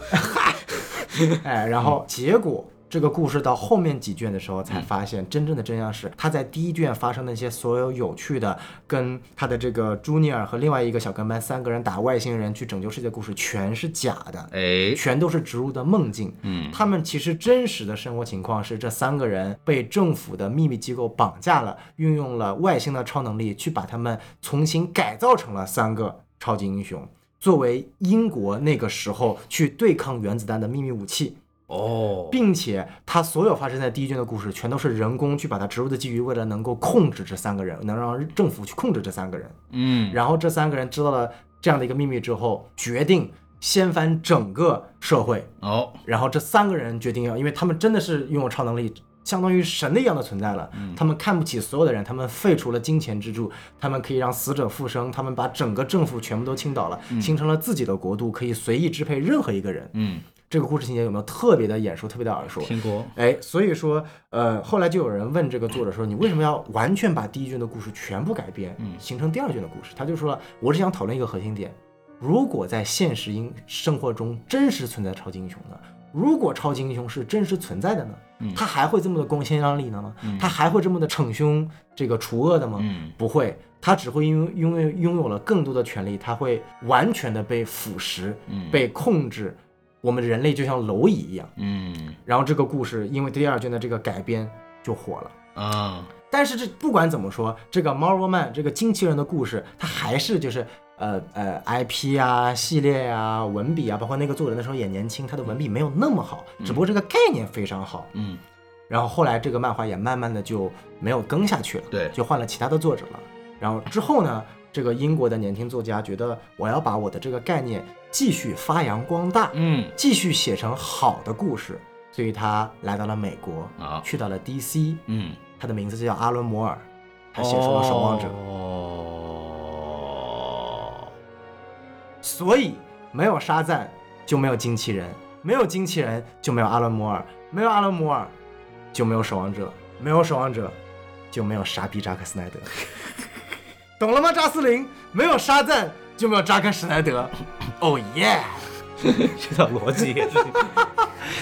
哎，然后结果这个故事到后面几卷的时候才发现，真正的真相是他在第一卷发生的一些所有有趣的，跟他的这个朱尼尔和另外一个小跟班三个人打外星人去拯救世界的故事全是假的，哎，全都是植入的梦境。嗯他们其实真实的生活情况是，这三个人被政府的秘密机构绑架了，运用了外星的超能力去把他们重新改造成了三个超级英雄，作为英国那个时候去对抗原子弹的秘密武器。哦，并且它所有发生在第一卷的故事，全都是人工去把它植入的基于，为了能够控制这三个人，能让政府去控制这三个人。嗯，然后这三个人知道了这样的一个秘密之后，决定掀翻整个社会。哦，然后这三个人决定要，因为他们真的是拥有超能力，相当于神的一样的存在了。他们看不起所有的人，他们废除了金钱支柱，他们可以让死者复生，他们把整个政府全部都倾倒了，形成了自己的国度，可以随意支配任何一个人。嗯，这个故事情节有没有特别的眼熟，特别的耳熟？听过，哎，所以说，呃，后来就有人问这个作者说，你为什么要完全把第一卷的故事全部改编，嗯形成第二卷的故事？他就说了，我只想讨论一个核心点：如果在现实英生活中真实存在超级英雄呢？如果超级英雄是真实存在的呢？嗯他还会这么的光鲜亮丽呢吗？他还会这么的逞凶这个除恶的吗？嗯不会，他只会因为因为拥有了更多的权利，他会完全的被腐蚀、嗯被控制。我们人类就像蝼蚁一样。嗯然后这个故事因为第二卷的这个改编就火了。啊，但是这不管怎么说，这个《猫罗曼》这个经纪人的故事，它还是就是呃呃 IP 啊、系列啊、文笔啊，包括那个作者那时候也年轻，他的文笔没有那么好，只不过这个概念非常好。嗯然后后来这个漫画也慢慢的就没有更下去了，对就换了其他的作者了。然后之后呢，这个英国的年轻作家觉得我要把我的这个概念继续发扬光大，嗯继续写成好的故事，所以他来到了美国，啊去到了 DC，嗯，他的名字就叫阿伦·摩尔，他写出了《守望者》哦，所以没有沙赞就没有惊奇人，没有惊奇人就没有阿伦·摩尔，没有阿伦·摩尔就没有守望者，没有守望者就没有傻逼扎克·斯奈德，懂了吗？扎斯林，没有沙赞就没有扎克·史奈德，哦耶！这套逻辑 也是，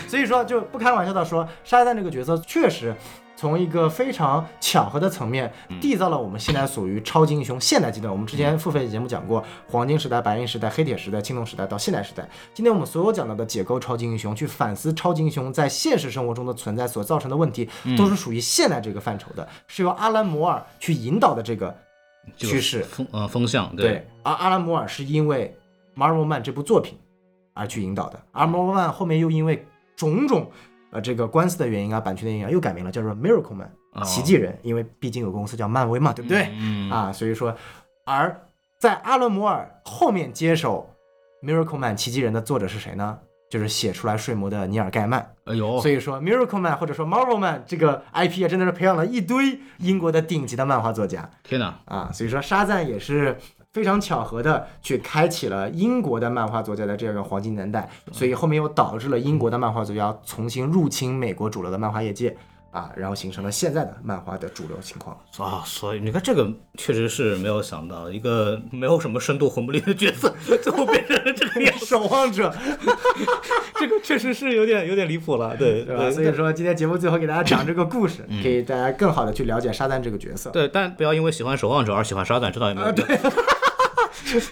所以说，就不开玩笑的说，沙赞这个角色确实从一个非常巧合的层面，缔造了我们现在属于超级英雄现代阶段。我们之前付费节目讲过，黄金时代、白银时代、黑铁时代、青铜时代到现代时代。今天我们所有讲到的解构超级英雄，去反思超级英雄在现实生活中的存在所造成的问题，都是属于现代这个范畴的，是由阿兰·摩尔去引导的这个这趋个势。风呃风向，对，而阿兰摩尔是因为《Marvel Man》这部作品而去引导的，而《Marvel Man》后面又因为种种呃这个官司的原因啊、版权的原因啊，又改名了，叫做《Miracle Man 哦》奇迹人，因为毕竟有公司叫漫威嘛，对不对？嗯啊，所以说，而在阿伦摩尔后面接手《Miracle Man》奇迹人的作者是谁呢？就是写出来睡魔的尼尔盖曼，哎呦，所以说《Miracle Man》或者说《Marvel Man》这个 IP 啊，真的是培养了一堆英国的顶级的漫画作家。天哪，啊，所以说沙赞也是非常巧合的去开启了英国的漫画作家的这个黄金年代，所以后面又导致了英国的漫画作家重新入侵美国主流的漫画业界啊，然后形成了现在的漫画的主流情况。 啊，所以你看这个确实是没有想到，一个没有什么深度、魂不吝的角色，最后变成了这个样子，守望者， 这个确实是有点有点离谱了，对对吧？所以说今天节目最后给大家讲这个故事，可以大家更好的去了解沙赞这个角色。嗯对，但不要因为喜欢守望者而喜欢沙赞，这倒也啊没有。对，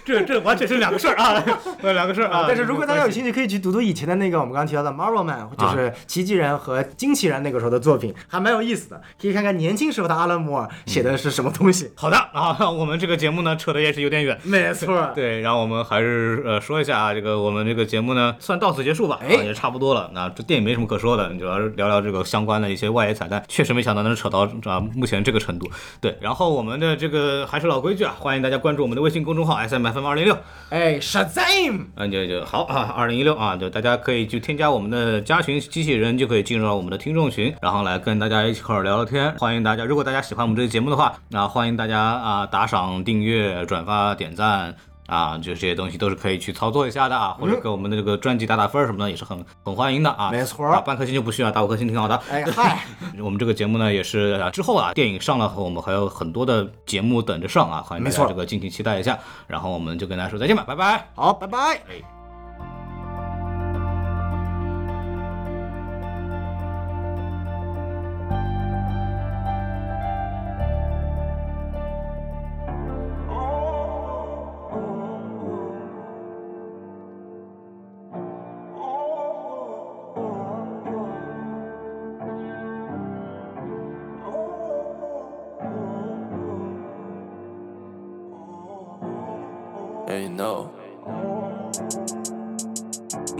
这这完全是两个事儿啊，呃两个事儿啊。啊但是如果大家有关系兴趣，可以去读读以前的那个我们刚刚提到的《Marvel Man》，就是奇迹人和惊奇人那个时候的作品，还蛮有意思的。可以看看年轻时候的阿兰·摩尔写的是什么东西。好的啊，我们这个节目呢扯的也是有点远。没错，对，然后我们还是呃说一下啊，这个我们这个节目呢算到此结束吧，啊哎也差不多了。那这电影没什么可说的，主要是聊聊这个相关的一些外野彩蛋，确实没想到能扯到啊目前这个程度。对，然后我们的这个还是老规矩啊，欢迎大家关注我们的微信公众号 S M F M 二零六，哎，Shazam！嗯，就就好啊，二零一六啊，就大家可以去添加我们的加群机器人，就可以进入到我们的听众群，然后来跟大家一块儿聊聊天。欢迎大家，如果大家喜欢我们这期节目的话，那、欢迎大家啊打赏、订阅、转发、点赞。啊，就这些东西都是可以去操作一下的啊，或者给我们的这个专辑打打分儿什么的，也是很很欢迎的啊。没错啊，半颗星就不需要，打五颗星挺好的。哎 嗨，我们这个节目呢，也是啊之后啊，电影上了后，我们还有很多的节目等着上啊，欢迎大没家错这个敬请期待一下。然后我们就跟大家说再见吧，拜拜。好，拜拜。 Hey no。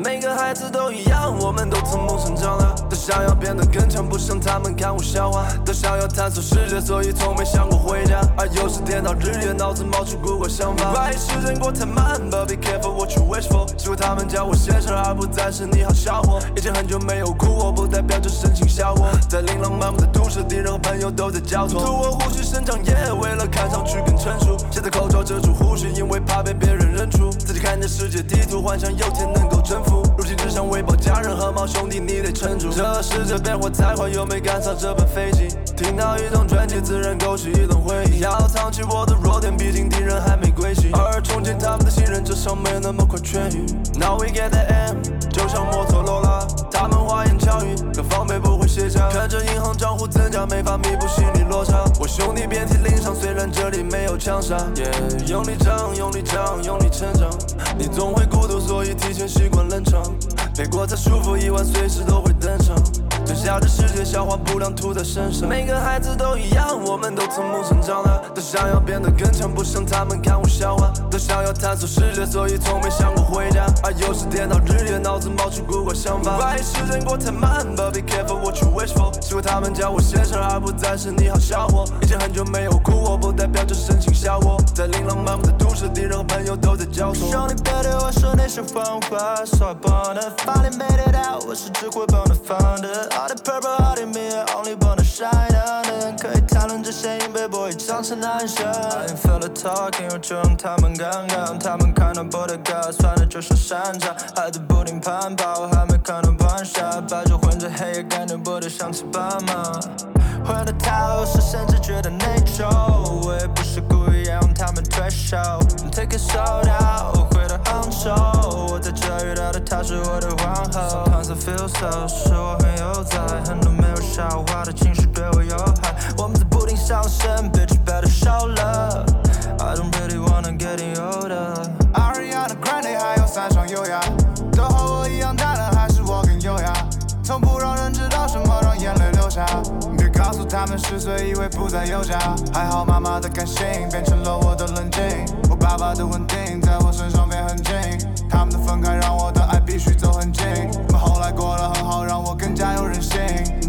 每个孩子都一样，我们都自梦成长了，都想要变得啊更强，不想他们看我笑话，都想要探索世界，所以从没想过回家。而有时天颠倒直觉，脑子冒出古怪想法。怀疑时间过太慢，But be careful what you wish for。希望他们叫我先生，而不再是你好小伙。已经很久没有哭，我不代表着深情笑我。在琳琅满目的都市，敌人和朋友都在交错。涂我胡须生长也为了看上去更成熟。现在口罩遮住胡须，因为怕被别人认出。自己看着世界地图，幻想有天能够征服。如今只想喂饱家人和猫兄弟，你得撑住。这世界变化太快，又没赶上这班飞机。听到一张专辑，自然勾起一轮回忆。要藏起我的弱点，毕竟敌人还没归西。而重建他们的信任，至少没那么快痊愈。Now we get the M，就像摩托罗拉，他们花言巧语，可防备不会卸甲。看着银行账户增加，没法弥补心理落差。我兄弟遍体鳞伤，虽然这里没有枪杀。Yeah，用力长，用力长，用力成长。你总会孤独，所以提前习惯冷场。别过再舒服，一晚随时都会登场。吞下这世界消化不良吐在身上。每个孩子都一样，我们都从梦生长大，都想要变得更强，不想他们看我笑话，都想要探索世界，所以从没想过回家。而有时颠倒日夜，脑子冒出古怪想法。怀疑时间过太慢，But be careful what you wish for。希望他们叫我先生，而不再是你好小伙。已经很久没有哭，我不代表着深情笑我。在琳琅满目的都市，敌人和朋友都在交错。兄弟背对我说那是谎话，so I bonded。Finally made it out，我是只会 born to found it。All the purple heart in me，only born to shine on it。可以谈论这些因被 boy 唱成男生。I ain't feel the talking，我就让他们尴尬，他们看到我的高，算的就是山楂，孩子不停攀爬，我还没看到晚霞，白昼混着黑夜，感觉不得像次斑马。混得太厚实，甚至觉得内疚，我也不是故意要让他们退休。Take a soda，我回到杭州，我在这遇到的她是我的皇后。Sometimes I feel so，是我很悠哉，很多没有消化的情绪对我有害，我们在不停上升，bitch you better show love。I don't really wanna getting older。 Ariana Grande 还有三双优雅，都和我一样淡然，还是我更优雅。从不让人知道什么让眼泪流下，别告诉他们十岁以为不再有家。还好妈妈的感性变成了我的冷静，我爸爸的稳定在我身上变很近。他们的分开让我的爱必须走很近，你们后来过得很好，让我更加有人性。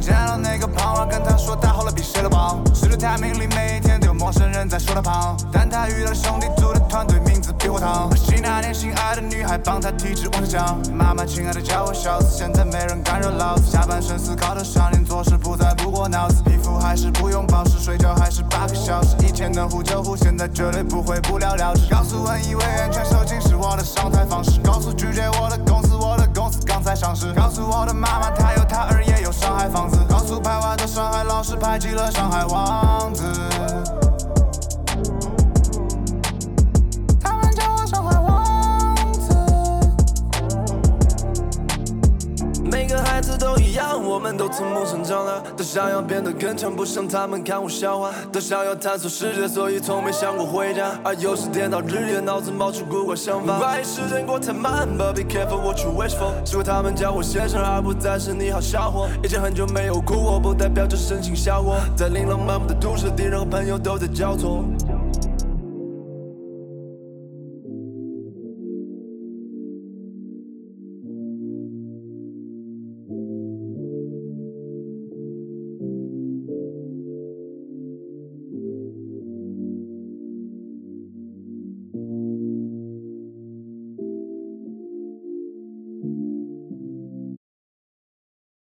见到那个胖娃，跟他说他后来比谁都棒。十六太明里每一天都有陌生人在说他胖，但他遇到兄弟组的团队名字比我堂。可惜那年心爱的女孩帮他提质往下降，妈妈亲爱的叫我小子，现在没人敢惹老子。下半身思考的少年，做事不再不过脑子，皮肤还是不用保湿，睡觉还是八个小时。以前能呼就呼，现在绝对不会不了了之。告诉文艺委员，全收紧是我的上台方式，告诉拒绝我的公司，我的公司刚才上市，告诉我的妈妈，她有她儿，也有上海房子，告诉排外的上海老师排挤了上海王子。他们叫我上海王子。每个孩子都一样，我们都从梦生长大，都想要变得更强，不想他们看我笑话，都想要探索世界，所以从没想过回家。而有时颠倒日夜，脑子冒出古怪想法，怀疑时间过太慢，But be careful what you wish for。希望他们叫我先生，而不再是你好小伙。已经很久没有哭，我不代表着深情笑我，在琳琅满目的都市，敌人和朋友都在交错。